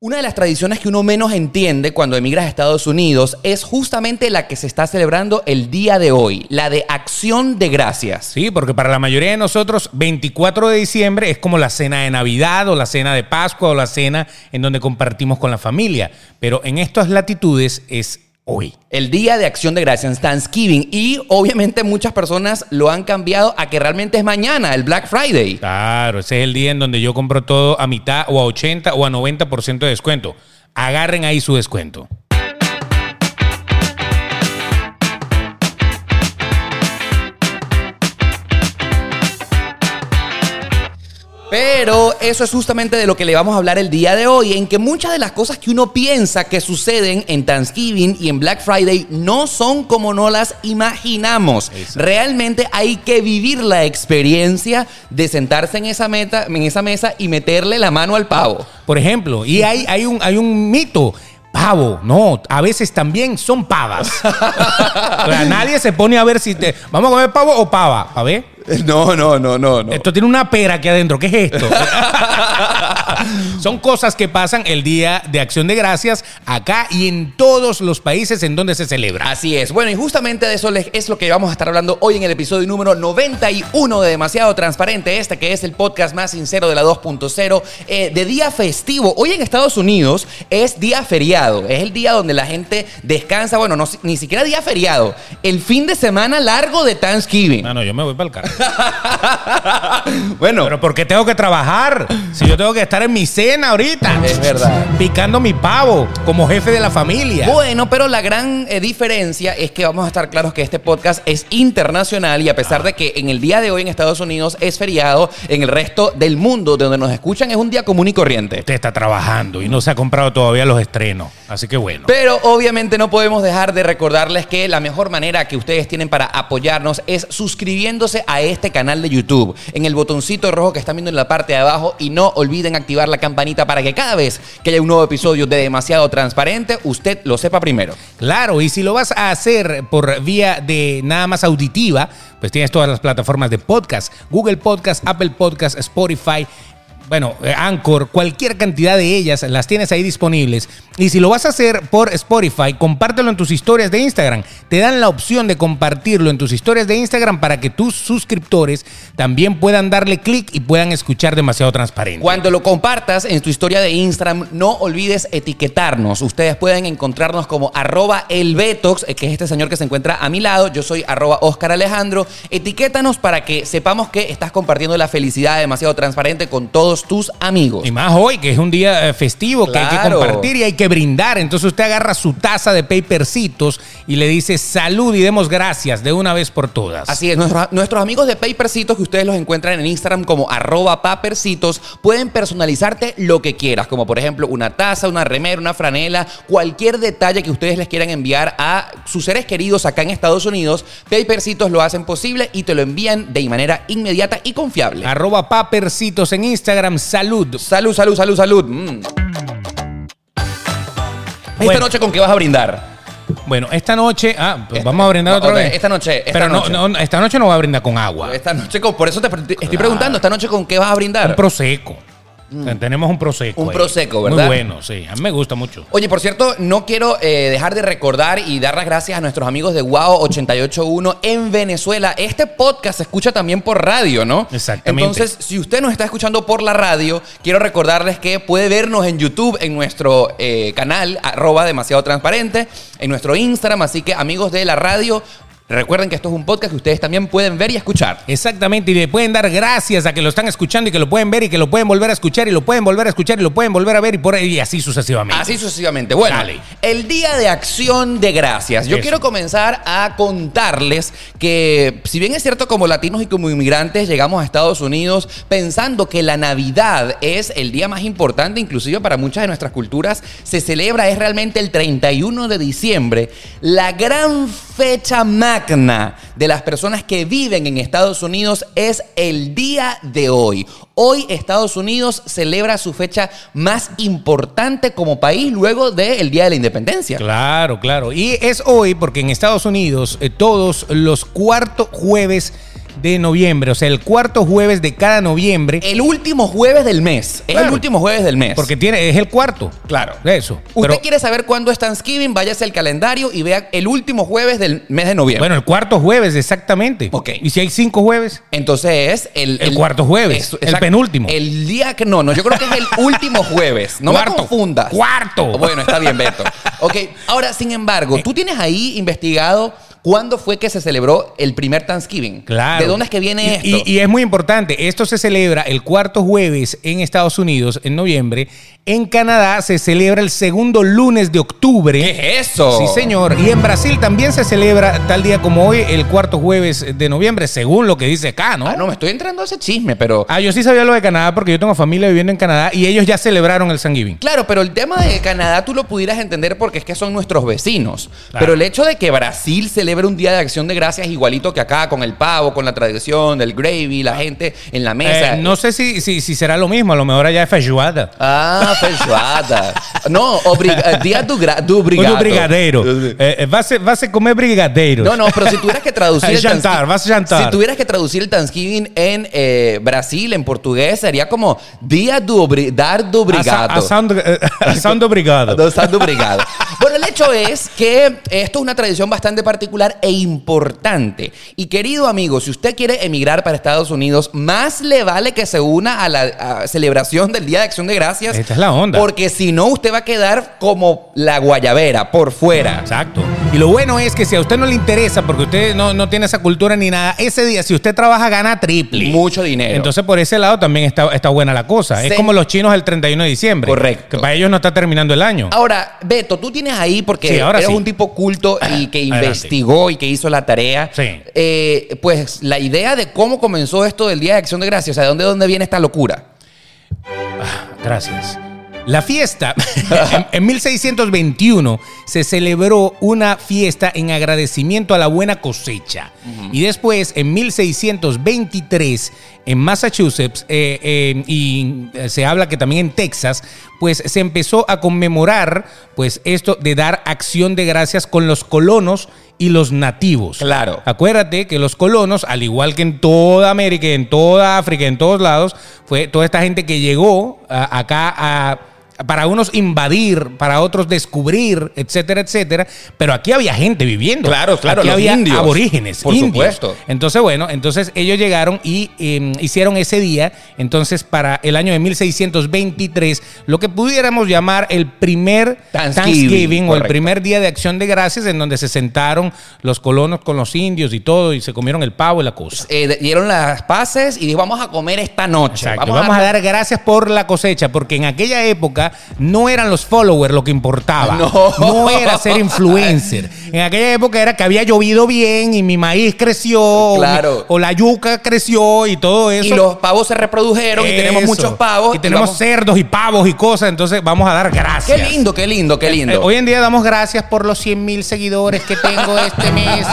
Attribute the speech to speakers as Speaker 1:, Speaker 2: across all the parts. Speaker 1: Una de las tradiciones que uno menos entiende cuando emigras a Estados Unidos es justamente la que se está celebrando el día de hoy, la de acción de gracias.
Speaker 2: Sí, porque para la mayoría de nosotros, 24 de diciembre es como la cena de Navidad o la cena de Pascua o la cena en donde compartimos con la familia. Pero en estas latitudes es hoy.
Speaker 1: El día de acción de gracias, Thanksgiving. Y obviamente muchas personas lo han cambiado a que realmente es mañana, el Black Friday.
Speaker 2: Claro, ese es el día en donde yo compro todo a mitad o a 80 o a 90% de descuento. Agarren ahí su descuento.
Speaker 1: Pero eso es justamente de lo que le vamos a hablar el día de hoy, en que muchas de las cosas que uno piensa que suceden en Thanksgiving y en Black Friday no son como no las imaginamos.
Speaker 2: Exacto.
Speaker 1: Realmente hay que vivir la experiencia de sentarse en esa, meta, en esa mesa y meterle la mano al pavo.
Speaker 2: Por ejemplo, y hay, hay, un, hay un mito. Pavo, no, a veces también son pavas. O sea, nadie se pone a ver si te. Vamos a comer pavo o pava. A ver.
Speaker 1: No, no, no, no,
Speaker 2: Oh. Esto tiene una pera aquí adentro. ¿Qué es esto? Son cosas que pasan el Día de Acción de Gracias acá y en todos los países en donde se celebra.
Speaker 1: Así es. Bueno, y justamente de eso les- es lo que vamos a estar hablando hoy en el episodio número 91 de Demasiado Transparente, este que es el podcast más sincero de la 2.0, eh, de día festivo. Hoy en Estados Unidos es día feriado, es el día donde la gente descansa, bueno, no, si- ni siquiera día feriado, el fin de semana largo de Thanksgiving.
Speaker 2: No, no, yo me voy para el carro.
Speaker 1: Bueno,
Speaker 2: Pero ¿por qué tengo que trabajar? Si yo tengo que estar en mi cena ahorita.
Speaker 1: es verdad.
Speaker 2: Picando mi pavo como jefe de la familia.
Speaker 1: Bueno, pero la gran eh, diferencia es que vamos a estar claros que este podcast es internacional y a pesar de que en el día de hoy en Estados Unidos es feriado, en el resto del mundo de donde nos escuchan es un día común y corriente.
Speaker 2: Usted está trabajando y no se ha comprado todavía los estrenos. Así que bueno.
Speaker 1: Pero obviamente no podemos dejar de recordarles que la mejor manera que ustedes tienen para apoyarnos es suscribiéndose a este canal de YouTube en el botoncito rojo que están viendo en la parte de abajo y no olviden activar la campanita para que cada vez que haya un nuevo episodio de Demasiado Transparente usted lo sepa primero.
Speaker 2: Claro, y si lo vas a hacer por vía de nada más auditiva, pues tienes todas las plataformas de podcast, Google Podcast, Apple Podcast, Spotify, bueno, eh, Anchor, cualquier cantidad de ellas las tienes ahí disponibles. Y si lo vas a hacer por Spotify, compártelo en tus historias de Instagram. Te dan la opción de compartirlo en tus historias de Instagram para que tus suscriptores también puedan darle clic y puedan escuchar demasiado transparente.
Speaker 1: Cuando lo compartas en tu historia de Instagram, no olvides etiquetarnos. Ustedes pueden encontrarnos como arroba elbetox, eh, que es este señor que se encuentra a mi lado. Yo soy arroba Oscar Alejandro. Etiquétanos para que sepamos que estás compartiendo la felicidad demasiado transparente con todos tus amigos.
Speaker 2: Y más hoy, que es un día eh, festivo que hay que
Speaker 1: Pues, Claro.
Speaker 2: compartir y hay que brindar. Entonces usted agarra su taza de papercitos y le dice salud y demos gracias de una vez por todas.
Speaker 1: Así es, nuestros, nuestros amigos de Papercitos, que ustedes los encuentran en Instagram como arroba papercitos, pueden personalizarte lo que quieras, como por ejemplo una taza, una remera, una franela, cualquier detalle que ustedes les quieran enviar a sus seres queridos acá en Estados Unidos, Papercitos lo hacen posible y te lo envían de manera inmediata y confiable.
Speaker 2: Arroba papercitos en Instagram, salud.
Speaker 1: Salud, salud, salud, salud. Mm. Esta
Speaker 2: Bueno.
Speaker 1: noche con qué vas a brindar.
Speaker 2: Bueno, esta noche. Ah, pues
Speaker 1: Esta-
Speaker 2: vamos a brindar
Speaker 1: no,
Speaker 2: otra
Speaker 1: ok,
Speaker 2: vez.
Speaker 1: esta noche, esta
Speaker 2: Pero no-
Speaker 1: noche.
Speaker 2: No, esta noche no va a brindar con agua.
Speaker 1: Esta noche con, por eso te, te estoy preguntando, esta noche con qué vas a brindar.
Speaker 2: Un prosecco. O sea, tenemos un prosecco.
Speaker 1: Mm. Un
Speaker 2: ahí.
Speaker 1: prosecco, ¿verdad?
Speaker 2: Muy bueno, sí. A mí me gusta mucho.
Speaker 1: Oye, por cierto, no quiero eh, dejar de recordar y dar las gracias a nuestros amigos de Wow 881 en Venezuela. Este podcast se escucha también por radio, ¿no?
Speaker 2: Exactamente.
Speaker 1: Entonces, si usted nos está escuchando por la radio, quiero recordarles que puede vernos en YouTube, en nuestro eh, canal, arroba demasiado transparente, en nuestro Instagram. Así que, amigos de la radio, recuerden que esto es un podcast que ustedes también pueden ver y escuchar.
Speaker 2: Exactamente, y le pueden dar gracias a que lo están escuchando y que lo pueden ver y que lo pueden volver a escuchar y lo pueden volver a escuchar y lo pueden volver a ver y por ahí y así sucesivamente.
Speaker 1: Así sucesivamente. Bueno,
Speaker 2: Dale.
Speaker 1: el día de acción de gracias. Yo
Speaker 2: Eso.
Speaker 1: quiero comenzar a contarles que, si bien es cierto, como latinos y como inmigrantes llegamos a Estados Unidos pensando que la Navidad es el día más importante, inclusive para muchas de nuestras culturas, se celebra, es realmente el 31 de diciembre, la gran fecha magna de las personas que viven en Estados Unidos es el día de hoy. Hoy Estados Unidos celebra su fecha más importante como país luego del Día de la Independencia.
Speaker 2: Claro, claro. Y es hoy porque en Estados Unidos eh, todos los cuarto jueves de noviembre, o sea, el cuarto jueves de cada noviembre,
Speaker 1: El último jueves del mes. Es el
Speaker 2: Claro.
Speaker 1: último jueves del mes.
Speaker 2: porque tiene, es el cuarto.
Speaker 1: Claro.
Speaker 2: Eso.
Speaker 1: Usted
Speaker 2: Pero,
Speaker 1: quiere saber cuándo es Thanksgiving, váyase al calendario y vea el último jueves del mes de noviembre.
Speaker 2: bueno, el cuarto jueves, exactamente.
Speaker 1: Ok.
Speaker 2: ¿Y si hay cinco jueves?
Speaker 1: Entonces es el,
Speaker 2: El cuarto jueves, el
Speaker 1: exacto.
Speaker 2: penúltimo.
Speaker 1: El día que no, no, yo creo que es el último jueves. No
Speaker 2: Cuarto,
Speaker 1: me confundas. Oh,
Speaker 2: cuarto. Eh.
Speaker 1: Bueno, está bien, Beto. Ok, ahora, sin embargo, tú tienes ahí investigado cuándo fue que se celebró el primer Thanksgiving.
Speaker 2: Claro.
Speaker 1: ¿De dónde es que viene
Speaker 2: Y-
Speaker 1: esto?
Speaker 2: Y, y es muy importante. Esto se celebra el cuarto jueves en Estados Unidos, en noviembre. En Canadá se celebra el segundo lunes de octubre.
Speaker 1: ¿Qué es eso?
Speaker 2: Sí, señor. Y en Brasil también se celebra tal día como hoy, el cuarto jueves de noviembre, según lo que dice acá, ¿no?
Speaker 1: Ah, no, me estoy entrando a ese chisme, pero.
Speaker 2: Ah, yo sí sabía lo de Canadá porque yo tengo familia viviendo en Canadá y ellos ya celebraron el Thanksgiving.
Speaker 1: Claro, pero el tema de Canadá tú lo pudieras entender porque es que son nuestros vecinos.
Speaker 2: Claro.
Speaker 1: Pero el hecho de que Brasil celebre un día de acción de gracias igualito que acá, con el pavo, con la tradición, del gravy, la gente en la mesa.
Speaker 2: Ah. Eh, no sé si, si, si será lo mismo, a lo mejor allá es feijoada.
Speaker 1: Ah, feijoada. no, obri- eh, día do, gra- do brigado.
Speaker 2: Un brigadeiro. Eh, eh, vas, a, vas a comer brigadeiros.
Speaker 1: No, no, pero si tuvieras que traducir
Speaker 2: Ay,
Speaker 1: el Thanksgiving-
Speaker 2: jantar, vas a jantar.
Speaker 1: Si tuvieras que traducir el Thanksgiving en eh, Brasil, en portugués, sería como Día do, Obri- dar do brigado.
Speaker 2: Asando, eh, asando brigado.
Speaker 1: No están obligados. Bueno, el hecho es que eh, esto es una tradición bastante particular e importante. Y querido amigo, si usted quiere emigrar para Estados Unidos, más le vale que se una a la a celebración del Día de Acción de Gracias.
Speaker 2: Esta es la onda.
Speaker 1: Porque si no, usted va a quedar como la guayabera, por fuera.
Speaker 2: Exacto. Y lo bueno es que si a usted no le interesa, porque usted no, no tiene esa cultura ni nada, ese día, si usted trabaja, gana triple.
Speaker 1: Mucho dinero.
Speaker 2: Entonces, por ese lado también está, está buena la cosa.
Speaker 1: Se-
Speaker 2: Es como los chinos el 31 de diciembre.
Speaker 1: Correcto.
Speaker 2: Que para ellos no está terminando el año.
Speaker 1: Ahora, Beto, tú tienes ahí, porque
Speaker 2: Sí, ahora
Speaker 1: eres
Speaker 2: sí.
Speaker 1: un tipo culto y que
Speaker 2: Adelante.
Speaker 1: investigó y que hizo la tarea.
Speaker 2: Sí.
Speaker 1: Eh, pues la idea de cómo comenzó esto del Día de Acción de Gracias, o sea, ¿de dónde, dónde viene esta locura?
Speaker 2: Gracias. La fiesta. en, en 1621 se celebró una fiesta en agradecimiento a la buena cosecha. Y después, en 1623, en Massachusetts, eh, eh, y eh, se habla que también en Texas, pues se empezó a conmemorar pues esto de dar acción de gracias con los colonos y los nativos.
Speaker 1: Claro.
Speaker 2: Acuérdate que los colonos, al igual que en toda América, en toda África, en todos lados, fue toda esta gente que llegó a- acá a- para unos invadir, para otros descubrir, etcétera, etcétera. Pero aquí había gente viviendo.
Speaker 1: Claro, claro,
Speaker 2: Aquí
Speaker 1: los
Speaker 2: había
Speaker 1: indios.
Speaker 2: aborígenes.
Speaker 1: Por
Speaker 2: indios.
Speaker 1: supuesto.
Speaker 2: Entonces, bueno, entonces ellos llegaron y eh, hicieron ese día, entonces para el año de 1623, lo que pudiéramos llamar el primer
Speaker 1: Thanksgiving,
Speaker 2: Thanksgiving, o el
Speaker 1: correcto.
Speaker 2: primer día de acción de gracias en donde se sentaron los colonos con los indios y todo y se comieron el pavo y la cosa.
Speaker 1: eh, de- dieron las paces y dijo, vamos a comer esta noche.
Speaker 2: Exacto. Vamos, a dar gracias por la cosecha, porque en aquella época no eran los followers lo que importaba.
Speaker 1: No.
Speaker 2: era ser influencer. En aquella época era que había llovido bien y mi maíz creció. o mi-
Speaker 1: Claro.
Speaker 2: O, la yuca creció y todo eso.
Speaker 1: Y los pavos se reprodujeron y tenemos
Speaker 2: Eso.
Speaker 1: muchos pavos.
Speaker 2: Y tenemos
Speaker 1: vamos-
Speaker 2: cerdos y pavos y cosas, entonces vamos a dar gracias.
Speaker 1: Qué lindo, qué lindo, qué lindo.
Speaker 2: Eh, hoy en día damos gracias por los 100 mil seguidores que tengo este mes.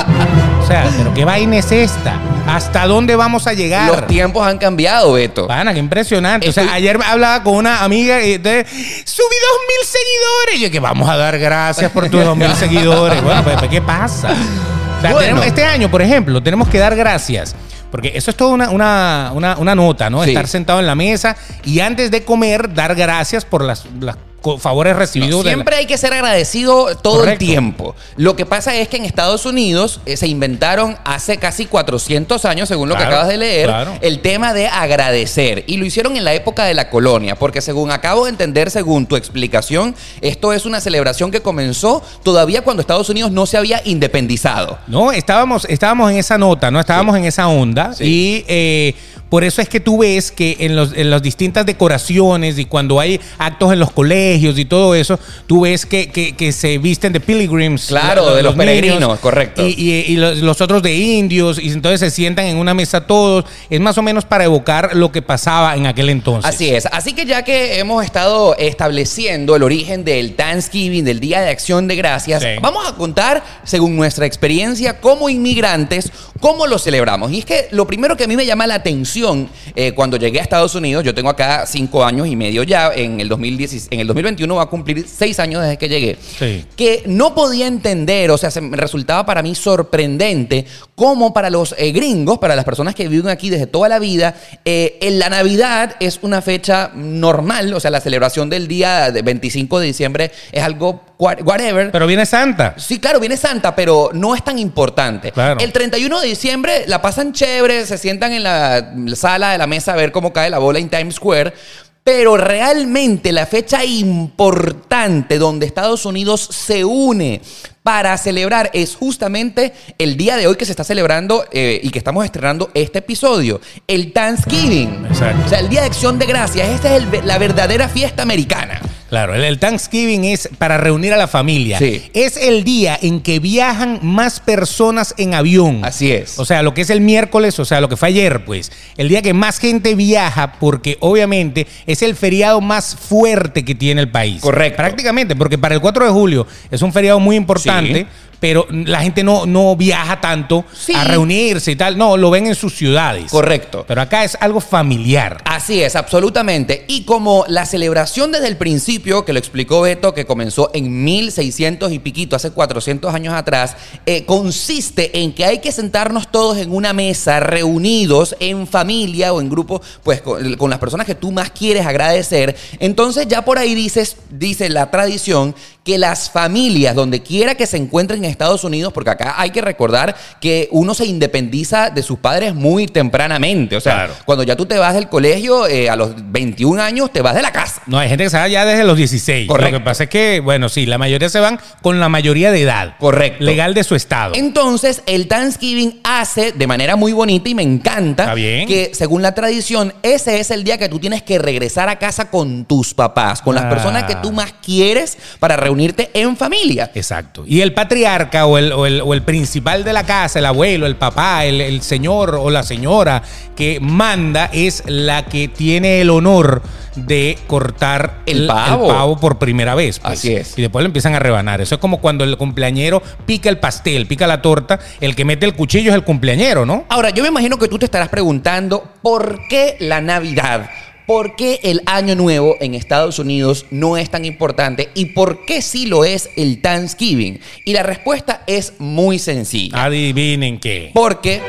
Speaker 2: O sea, pero qué vaina es esta. ¿Hasta dónde vamos a llegar?
Speaker 1: los tiempos han cambiado, Beto.
Speaker 2: Pana, qué impresionante. O sea,
Speaker 1: Estoy-
Speaker 2: ayer hablaba con una amiga y entonces, subí dos mil seguidores. Y yo, que vamos a dar gracias por tus dos mil seguidores. Bueno, pues, pues, ¿qué pasa? O sea,
Speaker 1: Bueno.
Speaker 2: tenemos- este año, por ejemplo, tenemos que dar gracias. Porque eso es toda una, una, una- una nota, ¿no?
Speaker 1: Sí.
Speaker 2: Estar sentado en la mesa y antes de comer, dar gracias por las, las co- favores recibidos. de la-
Speaker 1: Siempre hay que ser agradecido todo el
Speaker 2: Correcto.
Speaker 1: tiempo. Lo que pasa es que en Estados Unidos eh, se inventaron hace casi 400 años, según lo que
Speaker 2: Claro,
Speaker 1: acabas de leer,
Speaker 2: claro.
Speaker 1: el tema de agradecer. Y lo hicieron en la época de la colonia, porque según acabo de entender, según tu explicación, esto es una celebración que comenzó todavía cuando Estados Unidos no se había independizado.
Speaker 2: No, estábamos, estábamos en esa nota, ¿no? Estábamos en esa onda.
Speaker 1: Sí.
Speaker 2: Y eh, por eso es que tú ves que en, los, en las distintas decoraciones y cuando hay actos en los colegios y todo eso, tú ves que, que- que se visten de pilgrims.
Speaker 1: Claro, de los peregrinos, correcto.
Speaker 2: Y, y- y los, los otros de indios, y entonces se sientan en una mesa todos. Es más o menos para evocar lo que pasaba en aquel entonces.
Speaker 1: Así es. Así que ya que hemos estado estableciendo el origen del Thanksgiving, del Día de Acción de Gracias,
Speaker 2: Sí.
Speaker 1: vamos a contar, según nuestra experiencia como inmigrantes, ¿Cómo lo celebramos? Y es que lo primero que a mí me llama la atención eh, cuando llegué a Estados Unidos, yo tengo acá cinco años y medio ya, en el, 2010, en el 2021 va a cumplir seis años desde que llegué,
Speaker 2: Sí.
Speaker 1: que no podía entender, o sea, se me resultaba para mí sorprendente cómo para los eh, gringos, para las personas que viven aquí desde toda la vida, eh, en la Navidad es una fecha normal, o sea, la celebración del día de 25 de diciembre es algo what- whatever.
Speaker 2: Pero viene Santa.
Speaker 1: Sí, claro, viene Santa, pero no es tan importante.
Speaker 2: Claro.
Speaker 1: El 31 de diciembre la pasan chévere, se sientan en la sala de la mesa a ver cómo cae la bola en Times Square. Pero realmente la fecha importante donde Estados Unidos se une para celebrar es justamente el día de hoy que se está celebrando eh, y que estamos estrenando este episodio, el Thanksgiving.
Speaker 2: Exacto.
Speaker 1: O sea, el Día de Acción de Gracias. Esta es el- la verdadera fiesta americana.
Speaker 2: Claro, el, el Thanksgiving es para reunir a la familia.
Speaker 1: Sí.
Speaker 2: Es el día en que viajan más personas en avión.
Speaker 1: Así es.
Speaker 2: O sea, lo que es el miércoles, o sea, lo que fue ayer, pues. El día que más gente viaja, porque obviamente es el feriado más fuerte que tiene el país.
Speaker 1: Correcto.
Speaker 2: Prácticamente, porque para el 4 de julio es un feriado muy importante,
Speaker 1: Sí.
Speaker 2: pero la gente no, no viaja tanto
Speaker 1: Sí.
Speaker 2: a reunirse y tal. No, lo ven en sus ciudades.
Speaker 1: Correcto.
Speaker 2: Pero acá es algo familiar.
Speaker 1: Así es, absolutamente. Y como la celebración desde el principio, que lo explicó Beto, que comenzó en 1600 y piquito, hace 400 años atrás, eh, consiste en que hay que sentarnos todos en una mesa, reunidos en familia o en grupo, pues con, con las personas que tú más quieres agradecer. Entonces ya por ahí dices, dice la tradición que las familias, donde quiera que se encuentren en Estados Unidos, porque acá hay que recordar que uno se independiza de sus padres muy tempranamente. O sea,
Speaker 2: Claro.
Speaker 1: cuando ya tú te vas del colegio, eh, a los 21 años te vas de la casa.
Speaker 2: No, hay gente que se va ya desde los 16.
Speaker 1: Correcto.
Speaker 2: Lo que pasa es que, bueno, sí, la mayoría se van con la mayoría de edad.
Speaker 1: Correcto.
Speaker 2: Legal de su estado.
Speaker 1: Entonces, el Thanksgiving hace de manera muy bonita y me encanta
Speaker 2: Está bien.
Speaker 1: que, según la tradición, ese es el día que tú tienes que regresar a casa con tus papás, con las
Speaker 2: Ah.
Speaker 1: personas que tú más quieres para reunirte en familia.
Speaker 2: Exacto. Y el patriarca o el, o el- o el principal de la casa, el abuelo, el papá, el, el señor o la señora que manda es la que tiene el honor de cortar
Speaker 1: El pavo.
Speaker 2: por primera vez. pues.
Speaker 1: Así es.
Speaker 2: Y después lo empiezan a rebanar. Eso es como cuando el cumpleañero pica el pastel, pica la torta. El que mete el cuchillo es el cumpleañero, ¿no?
Speaker 1: Ahora, yo me imagino que tú te estarás preguntando por qué la Navidad, por qué el Año Nuevo en Estados Unidos no es tan importante y por qué sí lo es el Thanksgiving. Y la respuesta es muy sencilla.
Speaker 2: Adivinen qué.
Speaker 1: Porque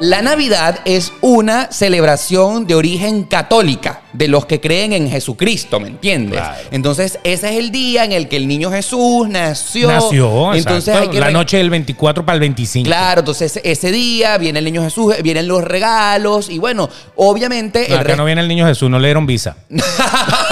Speaker 1: la Navidad es una celebración de origen católica, de los que creen en Jesucristo, ¿me entiendes?
Speaker 2: Claro.
Speaker 1: Entonces, ese es el día en el que el niño Jesús nació.
Speaker 2: Nació,
Speaker 1: Entonces
Speaker 2: exacto.
Speaker 1: hay que
Speaker 2: la
Speaker 1: re-
Speaker 2: noche del 24 para el 25.
Speaker 1: Claro, entonces ese día viene el niño Jesús, eh, vienen los regalos y bueno, obviamente
Speaker 2: No,
Speaker 1: el
Speaker 2: acá
Speaker 1: resto-
Speaker 2: no viene el niño Jesús, no le dieron visa.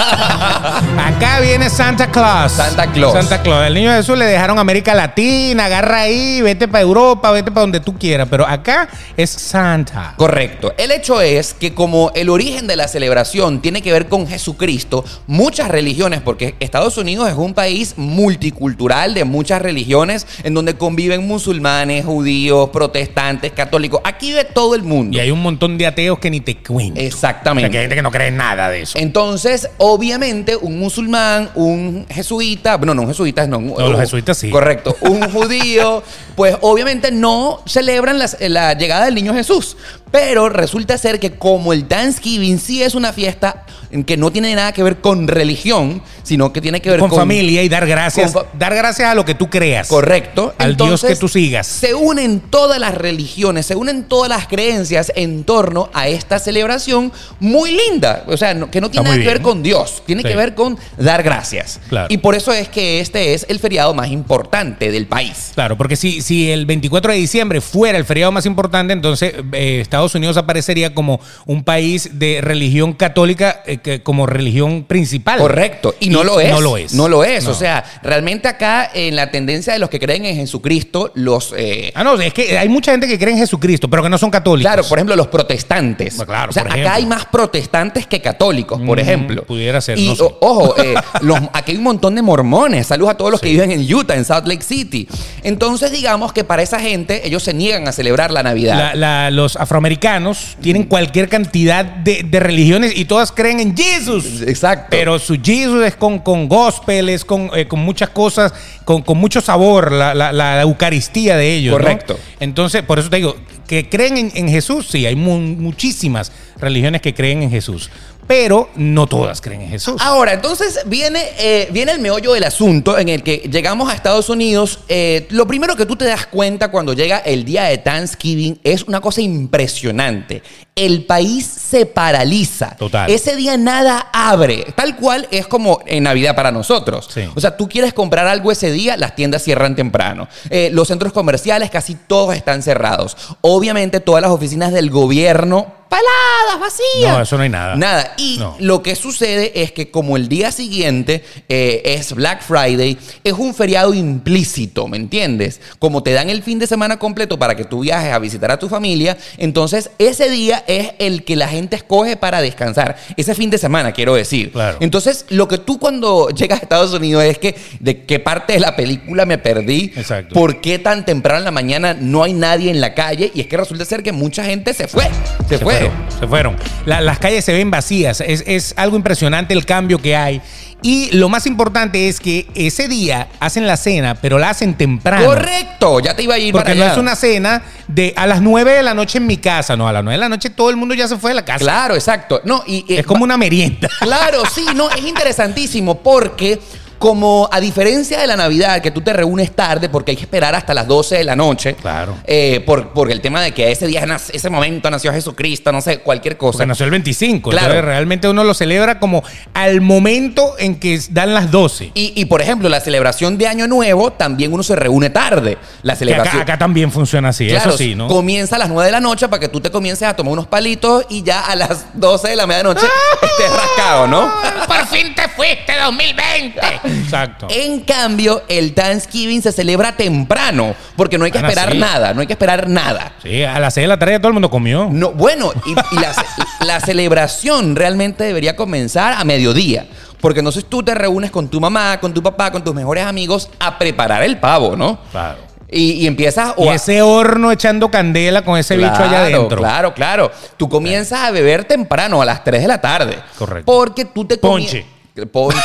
Speaker 2: acá viene Santa Claus.
Speaker 1: Santa Claus.
Speaker 2: Santa Claus. El niño Jesús le dejaron América Latina, agarra ahí, vete para Europa, vete para donde tú quieras. Pero acá es Santa.
Speaker 1: Correcto. El hecho es que como el origen de la celebración tiene que ver con Jesucristo, muchas religiones, porque Estados Unidos es un país multicultural de muchas religiones, en donde conviven musulmanes, judíos, protestantes, católicos, aquí de todo el mundo.
Speaker 2: Y hay un montón de ateos que ni te cuento. O sea, que hay
Speaker 1: Exactamente.
Speaker 2: gente que no cree en nada de eso.
Speaker 1: Entonces, obviamente, un musulmán, un jesuita, no, no, un jesuita no. un-
Speaker 2: No, los jesuitas sí.
Speaker 1: Correcto. Un judío, pues obviamente no celebran las- eh, la llegada del niño Jesús. Pero resulta ser que como el Thanksgiving sí es una fiesta que no tiene nada que ver con religión, sino que tiene que ver
Speaker 2: Con, familia y dar gracias.
Speaker 1: con fa-
Speaker 2: dar gracias a lo que tú creas.
Speaker 1: Correcto.
Speaker 2: Al Dios que tú sigas.
Speaker 1: Se unen todas las religiones, se unen todas las creencias en torno a esta celebración muy linda. O sea, no- que no
Speaker 2: Está
Speaker 1: tiene
Speaker 2: muy
Speaker 1: nada que ver
Speaker 2: bien.
Speaker 1: con Dios, tiene
Speaker 2: Sí.
Speaker 1: que ver con dar gracias.
Speaker 2: Claro.
Speaker 1: Y por eso es que este es el feriado más importante del país.
Speaker 2: Claro, porque si, si el 24 de diciembre fuera el feriado más importante, entonces eh, Estados Unidos aparecería como un país de religión católica eh, que- como religión principal.
Speaker 1: Correcto, y no lo es.
Speaker 2: No lo es.
Speaker 1: No lo es.
Speaker 2: No.
Speaker 1: O sea, realmente acá en la tendencia de los que creen en Jesucristo, los... eh,
Speaker 2: Ah, no, es que hay mucha gente que cree en Jesucristo, pero que no son católicos.
Speaker 1: Claro, por ejemplo, los protestantes.
Speaker 2: Bueno, claro,
Speaker 1: o sea,
Speaker 2: por
Speaker 1: acá
Speaker 2: ejemplo.
Speaker 1: hay más protestantes que católicos, por
Speaker 2: Mm,
Speaker 1: ejemplo.
Speaker 2: pudiera ser,
Speaker 1: Y
Speaker 2: no sé.
Speaker 1: o- ojo, eh, los- aquí hay un montón de mormones. Saludos a todos los que viven en Utah, en Salt Lake City. Entonces, digamos que para esa gente, ellos se niegan a celebrar la Navidad.
Speaker 2: La- la- los americanos tienen cualquier cantidad de, de religiones y todas creen en Jesús.
Speaker 1: Exacto.
Speaker 2: Pero su Jesus es con, con gospel, es con, eh, con muchas cosas, con, con mucho sabor, la, la- la Eucaristía de ellos. ¿no?
Speaker 1: Correcto.
Speaker 2: Entonces, por eso te digo, que creen en, en Jesús, sí, hay mu- muchísimas religiones que creen en Jesús, pero no todas creen en Jesús.
Speaker 1: Ahora, entonces viene, eh, viene el meollo del asunto en el que llegamos a Estados Unidos. Eh, lo primero que tú te das cuenta cuando llega el día de Thanksgiving es una cosa impresionante. El país se paraliza.
Speaker 2: Total.
Speaker 1: Ese día nada abre. Tal cual es como en Navidad para nosotros.
Speaker 2: Sí.
Speaker 1: O sea, tú quieres comprar algo ese día, las tiendas cierran temprano. Eh, los centros comerciales casi todos están cerrados. Obviamente todas las oficinas del gobierno paladas, vacías.
Speaker 2: No, eso no hay nada.
Speaker 1: Nada. Y
Speaker 2: No.
Speaker 1: lo que sucede es que como el día siguiente eh, es Black Friday, es un feriado implícito, ¿me entiendes? Como te dan el fin de semana completo para que tú viajes a visitar a tu familia, entonces ese día es el que la gente escoge para descansar. Ese fin de semana, quiero decir.
Speaker 2: Claro.
Speaker 1: Entonces, lo que tú cuando llegas a Estados Unidos es que de qué parte de la película me perdí,
Speaker 2: Exacto.
Speaker 1: por qué tan temprano en la mañana no hay nadie en la calle, y es que resulta ser que mucha gente se fue. Se, fue.
Speaker 2: Se fueron. La- las calles se ven vacías. Es, es algo impresionante el cambio que hay. Y lo más importante es que ese día hacen la cena, pero la hacen temprano.
Speaker 1: Correcto, ya te iba a ir
Speaker 2: Porque
Speaker 1: para
Speaker 2: no
Speaker 1: allá.
Speaker 2: es una cena de a las 9 de la noche en mi casa. No, a las 9 de la noche todo el mundo ya se fue de la casa.
Speaker 1: Claro, exacto. No, y, eh,
Speaker 2: Es como una merienda.
Speaker 1: Claro, sí, no, es interesantísimo porque como a diferencia de la Navidad, que tú te reúnes tarde porque hay que esperar hasta las 12 de la noche.
Speaker 2: Claro.
Speaker 1: eh, por, porque el tema de que ese día, nace- ese momento nació Jesucristo, no sé, cualquier cosa.
Speaker 2: Porque nació el 25.
Speaker 1: Claro.
Speaker 2: entonces realmente uno lo celebra como al momento en que dan las 12.
Speaker 1: Y, y, por ejemplo, la celebración de Año Nuevo también uno se reúne tarde. La
Speaker 2: Que acá,
Speaker 1: celebración.
Speaker 2: acá también funciona así.
Speaker 1: Claro,
Speaker 2: eso sí, ¿no?
Speaker 1: comienza a las 9 de la noche para que tú te comiences a tomar unos palitos y ya a las 12 de la medianoche estés rascado, ¿no?
Speaker 2: Por fin te fuiste 2020. Exacto.
Speaker 1: En cambio, el Thanksgiving se celebra temprano, porque no hay que
Speaker 2: Ana,
Speaker 1: esperar
Speaker 2: Ah, sí.
Speaker 1: nada, no hay que esperar nada.
Speaker 2: Sí, a las 6 de la tarde ya todo el mundo comió.
Speaker 1: No, bueno, y, y la, ce- la celebración realmente debería comenzar a mediodía, porque entonces tú te reúnes con tu mamá, con tu papá, con tus mejores amigos a preparar el pavo, ¿no?
Speaker 2: Claro.
Speaker 1: Y, y empiezas o
Speaker 2: y
Speaker 1: a-
Speaker 2: ese horno echando candela con ese este bicho allá
Speaker 1: Claro,
Speaker 2: adentro.
Speaker 1: Claro, claro. Tú comienzas a beber temprano, a las 3 de la tarde.
Speaker 2: Correcto.
Speaker 1: Porque tú te comi-
Speaker 2: Ponche.
Speaker 1: Ponche.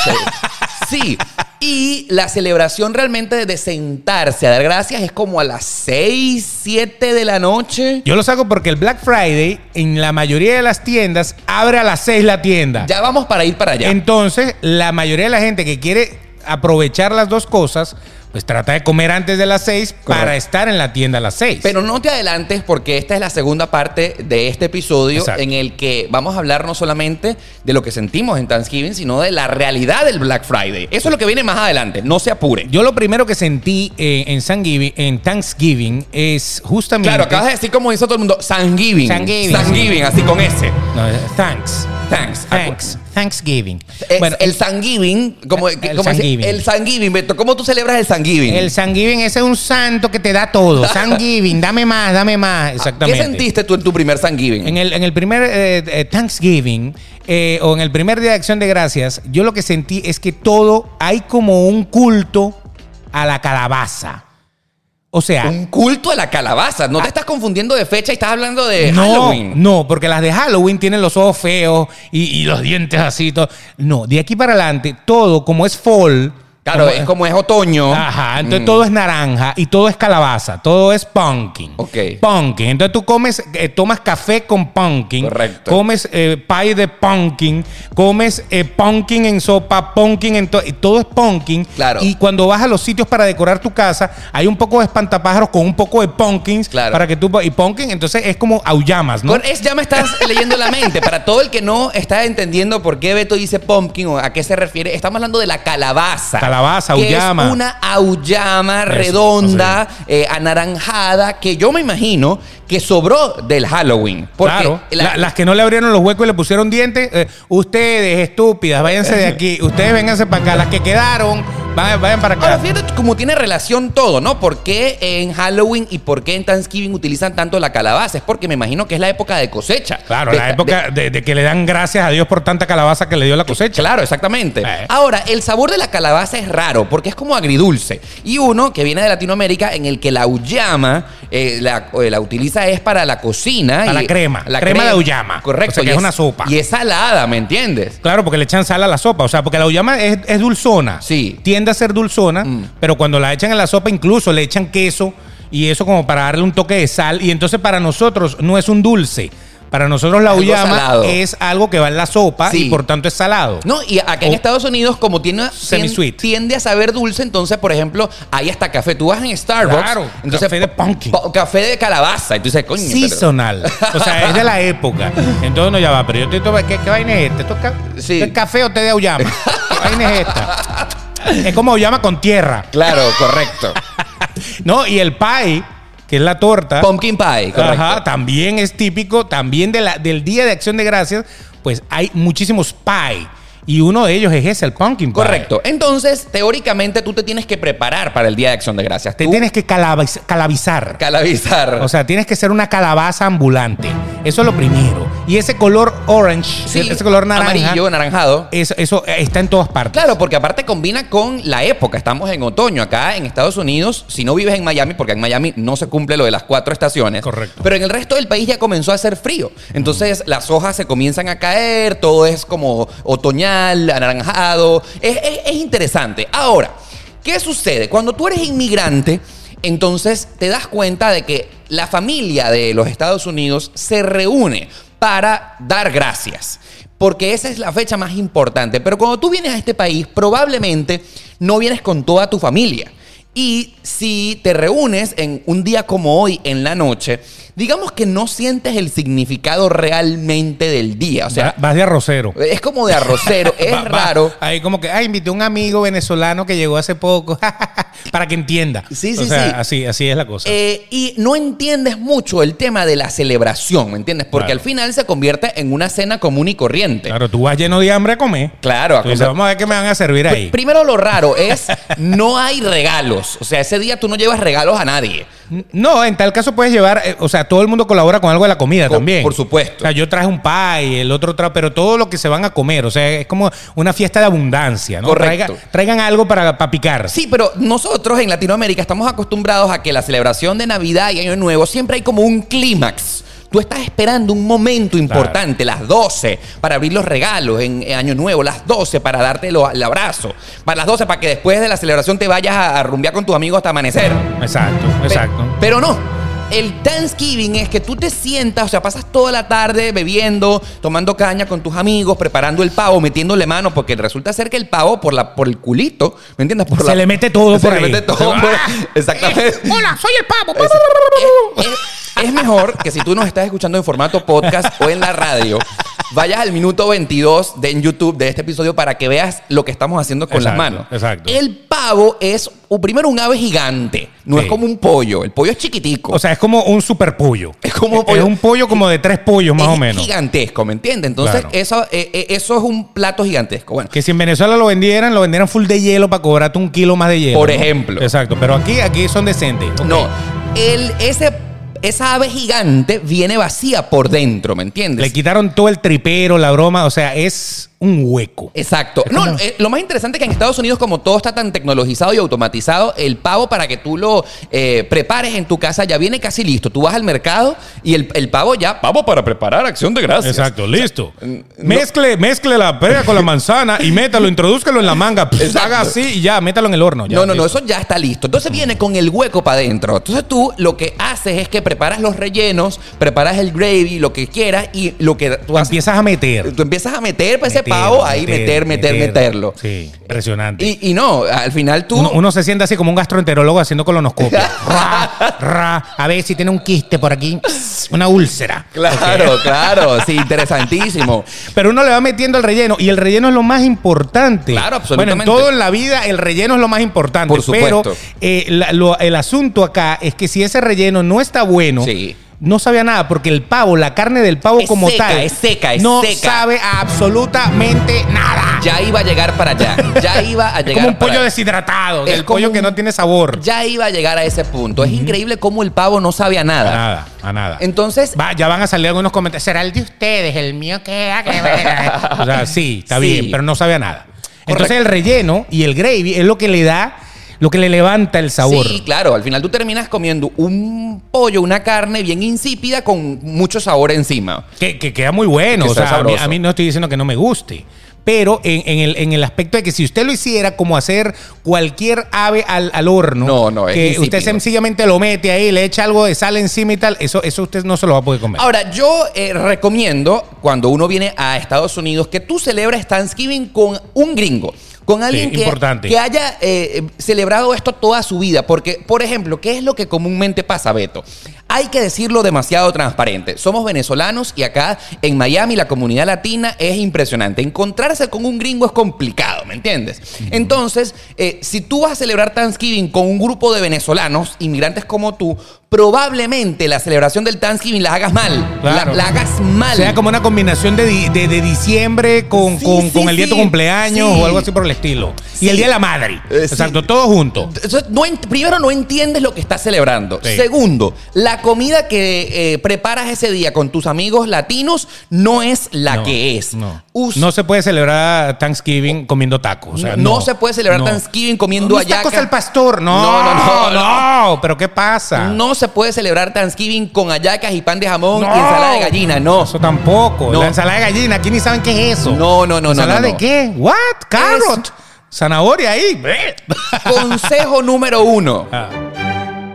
Speaker 1: sí. Y la celebración realmente de sentarse a dar gracias es como a las 6, 7 de la noche.
Speaker 2: Yo lo saco porque el Black Friday en la mayoría de las tiendas abre a las 6 la tienda.
Speaker 1: Ya vamos para ir para allá.
Speaker 2: Entonces, la mayoría de la gente que quiere aprovechar las dos cosas, pues trata de comer antes de las 6 para
Speaker 1: Correcto.
Speaker 2: estar en la tienda a las 6.
Speaker 1: Pero no te adelantes porque esta es la segunda parte de este episodio
Speaker 2: Exacto.
Speaker 1: en el que vamos a hablar no solamente de lo que sentimos en Thanksgiving, sino de la realidad del Black Friday. Eso es lo que viene más adelante. No se apure.
Speaker 2: Yo lo primero que sentí eh, en, Thanksgiving, en Thanksgiving es justamente...
Speaker 1: Claro, acabas de decir como dice todo el mundo, Thanksgiving.
Speaker 2: Thanksgiving.
Speaker 1: Thanksgiving, así con S.
Speaker 2: No, es thanks.
Speaker 1: Thanks.
Speaker 2: Thanks. Thanksgiving.
Speaker 1: Es
Speaker 2: Bueno,
Speaker 1: el Thanksgiving, como,
Speaker 2: El
Speaker 1: como
Speaker 2: Thanksgiving.
Speaker 1: el Thanksgiving, Beto, ¿cómo tú celebras el Thanksgiving?
Speaker 2: El Thanksgiving ese es un santo que te da todo. Thanksgiving, dame más, dame más. Exactamente.
Speaker 1: ¿Qué sentiste tú en tu primer Thanksgiving?
Speaker 2: En el, en el primer eh, eh, Thanksgiving eh, o en el primer día de Acción de Gracias, yo lo que sentí es que todo hay como un culto a la calabaza. O sea,
Speaker 1: Un culto a la calabaza. No te estás confundiendo de fecha y estás hablando de
Speaker 2: Ah. no,
Speaker 1: Halloween.
Speaker 2: no, porque las de Halloween tienen los ojos feos y, y los dientes así. y Todo. No, de aquí para adelante, todo como es fall.
Speaker 1: Claro, es como es otoño.
Speaker 2: Ajá, entonces
Speaker 1: Mm.
Speaker 2: todo es naranja y todo es calabaza, todo es pumpkin.
Speaker 1: Ok.
Speaker 2: Pumpkin. Entonces tú comes, eh, tomas café con pumpkin.
Speaker 1: Correcto.
Speaker 2: Comes eh, pie de pumpkin, comes eh, pumpkin en sopa, pumpkin en todo, y todo es pumpkin.
Speaker 1: Claro.
Speaker 2: Y cuando vas a los sitios para decorar tu casa, hay un poco de espantapájaros con un poco de pumpkins
Speaker 1: Claro.
Speaker 2: para que tú y pumpkin, entonces es como aullamas, ¿no?
Speaker 1: Con- es- ya me estás leyendo la mente. Para todo el que no está entendiendo por qué Beto dice pumpkin o a qué se refiere, estamos hablando de la calabaza.
Speaker 2: Calabaza,
Speaker 1: que
Speaker 2: auyama.
Speaker 1: Es una auyama
Speaker 2: Eso,
Speaker 1: redonda, eh, anaranjada, que yo me imagino que sobró del Halloween. Porque
Speaker 2: claro.
Speaker 1: la-
Speaker 2: La- las que no le abrieron los huecos y le pusieron dientes, eh, ustedes estúpidas, váyanse de aquí. Ustedes vénganse para acá. Las que quedaron, Vayan, vayan para acá.
Speaker 1: Ahora fíjate cómo tiene relación todo, ¿no? ¿Por qué en Halloween y por qué en Thanksgiving utilizan tanto la calabaza? Es porque me imagino que es la época de cosecha.
Speaker 2: Claro,
Speaker 1: De-
Speaker 2: la
Speaker 1: de-
Speaker 2: época de, de que le dan gracias a Dios por tanta calabaza que le dio la cosecha.
Speaker 1: Claro, exactamente.
Speaker 2: Eh.
Speaker 1: Ahora, el sabor de la calabaza es raro porque es como agridulce. Y uno que viene de Latinoamérica en el que la auyama eh, la, eh, la utiliza es para la cocina.
Speaker 2: Para la crema, crema de auyama.
Speaker 1: Correcto.
Speaker 2: O sea, que
Speaker 1: y
Speaker 2: es una sopa.
Speaker 1: Y es salada, ¿me entiendes?
Speaker 2: Claro, porque le echan sal a la sopa. O sea, porque la uyama es, es dulzona.
Speaker 1: Sí. Mm.
Speaker 2: Tiende a ser dulzona, pero cuando la echan en la sopa, incluso le echan queso y eso como para darle un toque de sal. Y entonces para nosotros no es un dulce. Para nosotros la
Speaker 1: Algo
Speaker 2: uyama
Speaker 1: salado.
Speaker 2: es algo que va en la sopa
Speaker 1: Sí.
Speaker 2: y por tanto es salado.
Speaker 1: No, y acá en
Speaker 2: O-
Speaker 1: Estados Unidos, como tiene,
Speaker 2: Oh. Semi-sweet.
Speaker 1: tien- tiende a saber dulce, entonces, por ejemplo, hay hasta café. Tú vas en Starbucks.
Speaker 2: Claro,
Speaker 1: entonces,
Speaker 2: café de
Speaker 1: pa-
Speaker 2: pumpkin.
Speaker 1: pa- Café de calabaza. Entonces, coño. pero-
Speaker 2: Seasonal. O sea, es de la época. Entonces no ya va, pero yo te digo, ¿qué, qué vaina es esta? ¿Esto es, ca-
Speaker 1: Sí.
Speaker 2: esto es café o té de auyama? ¿Qué vaina es esta? Es como auyama con tierra.
Speaker 1: Claro, correcto.
Speaker 2: No, y el pie, que es la torta.
Speaker 1: Pumpkin pie, correcto.
Speaker 2: Ajá, también es típico, también de la- del Día de Acción de Gracias, pues hay muchísimos pie. Y uno de ellos es ese, el pumpkin pie.
Speaker 1: Correcto. Entonces, teóricamente, tú te tienes que preparar para el Día de Acción de Gracias.
Speaker 2: Te
Speaker 1: Tú
Speaker 2: tienes que calabaz- calabizar.
Speaker 1: calabizar.
Speaker 2: o sea, tienes que ser una calabaza ambulante. Eso es lo primero. Y ese color orange,
Speaker 1: Sí,
Speaker 2: ese color naranja, Eh.
Speaker 1: Amarillo, anaranjado.
Speaker 2: eso, eso está en todas partes.
Speaker 1: Claro, porque aparte combina con la época. Estamos en otoño acá en Estados Unidos. Si no vives en Miami, porque en Miami no se cumple lo de las cuatro estaciones.
Speaker 2: Correcto.
Speaker 1: Pero en el resto del país ya comenzó a hacer frío. Entonces las hojas se comienzan a caer, todo es como otoñal, anaranjado. Es, es- es interesante. Ahora, ¿qué sucede? Cuando tú eres inmigrante, entonces te das cuenta de que la familia de los Estados Unidos se reúne para dar gracias. Porque esa es la fecha más importante. Pero cuando tú vienes a este país, probablemente no vienes con toda tu familia. Y si te reúnes en un día como hoy, en la noche, digamos que no sientes el significado realmente del día. O sea,
Speaker 2: Va- vas de arrocero.
Speaker 1: es como de arrocero, es
Speaker 2: Va- va-
Speaker 1: raro.
Speaker 2: Ahí como que, ah, invité a un amigo venezolano que llegó hace poco, para que entienda.
Speaker 1: Sí,
Speaker 2: o
Speaker 1: sí,
Speaker 2: sea,
Speaker 1: sí.
Speaker 2: Así, así es la cosa.
Speaker 1: Eh, y no entiendes mucho el tema de la celebración, ¿me entiendes? Porque
Speaker 2: Claro.
Speaker 1: al final se convierte en una cena común y corriente.
Speaker 2: Claro, tú vas lleno de hambre a comer.
Speaker 1: Claro, a
Speaker 2: Tú dices,
Speaker 1: comer.
Speaker 2: vamos a ver qué me van a servir ahí.
Speaker 1: Primero lo raro es no hay regalos. O sea, ese día tú no llevas regalos a nadie.
Speaker 2: No, en tal caso puedes llevar, eh, o sea, todo el mundo colabora con algo de la comida
Speaker 1: Con-
Speaker 2: también.
Speaker 1: por supuesto.
Speaker 2: O sea, yo traje un pie, el otro trae, pero todo lo que se van a comer, o sea, es como una fiesta de abundancia, ¿no?
Speaker 1: Correcto.
Speaker 2: Traiga- traigan algo para, para picar.
Speaker 1: Sí, pero nosotros en Latinoamérica estamos acostumbrados a que la celebración de Navidad y Año Nuevo siempre hay como un clímax. Tú estás esperando un momento importante, las 12, para abrir los regalos en, en Año Nuevo, las 12 para darte lo- el abrazo, para las 12 para que después de la celebración te vayas a, a rumbear con tus amigos hasta amanecer.
Speaker 2: Exacto,
Speaker 1: Pe-
Speaker 2: exacto.
Speaker 1: Pero no. El Thanksgiving es que tú te sientas, o sea, pasas toda la tarde bebiendo, tomando caña con tus amigos, preparando el pavo, metiéndole mano, porque resulta ser que el pavo por, la, por el culito, ¿me entiendes? Por
Speaker 2: Se
Speaker 1: la-
Speaker 2: le mete todo
Speaker 1: se
Speaker 2: por
Speaker 1: le
Speaker 2: ahí.
Speaker 1: mete todo
Speaker 2: Ah.
Speaker 1: por- Exactamente.
Speaker 2: Eh, Hola, soy el pavo.
Speaker 1: Es, es- es mejor que si tú nos estás escuchando en formato podcast o en la radio, vayas al minuto 22 de, en YouTube de este episodio para que veas lo que estamos haciendo con las
Speaker 2: Exacto,
Speaker 1: manos.
Speaker 2: exacto.
Speaker 1: El pavo es, o primero, un ave gigante. No
Speaker 2: Sí.
Speaker 1: es como un pollo. El pollo es chiquitico.
Speaker 2: O sea, es como un super pollo.
Speaker 1: Es como
Speaker 2: un
Speaker 1: un
Speaker 2: pollo.
Speaker 1: pollo.
Speaker 2: Es un pollo como de tres pollos, más
Speaker 1: es
Speaker 2: o menos.
Speaker 1: gigantesco, ¿me entiendes? Entonces,
Speaker 2: Claro.
Speaker 1: eso, eh, eh, eso es un plato gigantesco. Bueno,
Speaker 2: Que si en Venezuela lo vendieran, lo vendieran full de hielo para cobrarte un kilo más de hielo.
Speaker 1: Por
Speaker 2: ¿no?
Speaker 1: ejemplo.
Speaker 2: Exacto, pero aquí, aquí son decentes. Ok.
Speaker 1: no. El, ese, esa ave gigante viene vacía por dentro, ¿me entiendes?
Speaker 2: Le quitaron todo el tripero, la broma, o sea, es un hueco.
Speaker 1: Exacto.
Speaker 2: Es
Speaker 1: No,
Speaker 2: como-
Speaker 1: eh, lo más interesante es que en Estados Unidos, como todo está tan tecnologizado y automatizado, el pavo para que tú lo eh, prepares en tu casa ya viene casi listo. Tú vas al mercado y el, el pavo ya. Pavo para preparar acción de gracias.
Speaker 2: Exacto, listo. mezcle, mezcle la pera con la manzana y métalo, introdúzcalo en la manga. Pff,
Speaker 1: Exacto.
Speaker 2: haga así y ya, métalo en el horno. ya,
Speaker 1: no, no, no,
Speaker 2: listo.
Speaker 1: eso ya está listo. Entonces viene con el hueco para adentro. Entonces tú lo que haces es que preparas los rellenos, preparas el gravy, lo que quieras y lo que tú haces.
Speaker 2: Empiezas a meter.
Speaker 1: Tú empiezas a meter para ese
Speaker 2: Meter,
Speaker 1: pavo ahí, meter, meter, meterlo.
Speaker 2: Sí, impresionante.
Speaker 1: Y, y no, al final tú.
Speaker 2: Uno, uno se siente así como un gastroenterólogo haciendo colonoscopia. Ra, ra. A ver si tiene un quiste por aquí. Una úlcera.
Speaker 1: Claro, claro, sí, interesantísimo.
Speaker 2: Pero uno le va metiendo el relleno y el relleno es lo más importante.
Speaker 1: Claro, absolutamente.
Speaker 2: Bueno, en todo en la vida el relleno es lo más importante.
Speaker 1: Por supuesto.
Speaker 2: Pero eh, la- lo- el asunto acá es que si ese relleno no está bueno,
Speaker 1: Sí.
Speaker 2: no sabía nada, porque el pavo, la carne del pavo
Speaker 1: Es
Speaker 2: como
Speaker 1: seca,
Speaker 2: tal,
Speaker 1: es seca, es
Speaker 2: no
Speaker 1: seca.
Speaker 2: sabe absolutamente nada.
Speaker 1: Ya iba a llegar para allá. Ya iba a
Speaker 2: Es
Speaker 1: llegar
Speaker 2: como un pollo
Speaker 1: para-
Speaker 2: deshidratado,
Speaker 1: Es
Speaker 2: el
Speaker 1: como
Speaker 2: pollo que
Speaker 1: un-
Speaker 2: no tiene sabor.
Speaker 1: Ya iba a llegar a ese punto. Es increíble cómo el pavo no sabe a
Speaker 2: A
Speaker 1: nada.
Speaker 2: nada, a nada.
Speaker 1: Entonces,
Speaker 2: Va, ya van a salir algunos comentarios. ¿Será el de ustedes? ¿El mío qué? Ah, qué bueno. o sea, sí, está
Speaker 1: Sí.
Speaker 2: bien, pero no sabe a nada. Entonces el relleno y el gravy es lo que le da, lo que le levanta el sabor.
Speaker 1: Sí, claro. Al final tú terminas comiendo un pollo, una carne bien insípida con mucho sabor encima.
Speaker 2: Que, que queda muy bueno.
Speaker 1: Que
Speaker 2: o
Speaker 1: está
Speaker 2: sea, a mí,
Speaker 1: sabroso.
Speaker 2: a mí no estoy diciendo que no me guste. Pero en, en el, en el aspecto de que si usted lo hiciera como hacer cualquier ave al, al horno,
Speaker 1: No, no, es
Speaker 2: que
Speaker 1: insípido.
Speaker 2: usted sencillamente lo mete ahí, le echa algo de sal encima y tal, eso, eso usted no se lo va a poder comer.
Speaker 1: Ahora, yo eh, recomiendo cuando uno viene a Estados Unidos que tú celebres Thanksgiving con un gringo. Con alguien que,
Speaker 2: importante.
Speaker 1: que haya eh, celebrado esto toda su vida. Porque, por ejemplo, ¿qué es lo que comúnmente pasa, Beto? Hay que decirlo demasiado transparente. Somos venezolanos y acá en Miami la comunidad latina es impresionante. Encontrarse con un gringo es complicado, ¿me entiendes? Entonces, eh, si tú vas a celebrar Thanksgiving con un grupo de venezolanos, inmigrantes como tú, probablemente la celebración del Thanksgiving la hagas mal.
Speaker 2: Claro.
Speaker 1: La, la hagas mal.
Speaker 2: sea como una combinación de, di- de- de diciembre con,
Speaker 1: Sí,
Speaker 2: con,
Speaker 1: sí,
Speaker 2: con el día de tu
Speaker 1: sí.
Speaker 2: cumpleaños
Speaker 1: Sí.
Speaker 2: o algo así por el estilo. Y
Speaker 1: Sí.
Speaker 2: el día de la madre.
Speaker 1: Eh, sí.
Speaker 2: Exacto, todo junto.
Speaker 1: Entonces, no ent- primero, no entiendes lo que estás celebrando.
Speaker 2: Sí.
Speaker 1: Segundo, la comida que eh, preparas ese día con tus amigos latinos no es la
Speaker 2: No,
Speaker 1: que es.
Speaker 2: No.
Speaker 1: Us-
Speaker 2: No se puede celebrar Thanksgiving comiendo tacos. o sea,
Speaker 1: no se puede celebrar
Speaker 2: no.
Speaker 1: Thanksgiving comiendo
Speaker 2: Unos
Speaker 1: ayaca.
Speaker 2: tacos al pastor. No,
Speaker 1: No, no, no,
Speaker 2: no, Pero ¿qué pasa?
Speaker 1: No se puede celebrar Thanksgiving con hallacas y pan de jamón
Speaker 2: No.
Speaker 1: y ensalada de gallina, no.
Speaker 2: Eso tampoco.
Speaker 1: No.
Speaker 2: La ensalada de gallina, aquí ni saben qué es eso.
Speaker 1: No, no, no, no,
Speaker 2: ¿Ensalada
Speaker 1: no,
Speaker 2: de
Speaker 1: no.
Speaker 2: qué? ¿What? Carrot. Zanahoria ahí.
Speaker 1: Consejo número uno.
Speaker 2: Ah.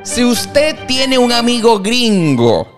Speaker 1: Si usted tiene un amigo gringo,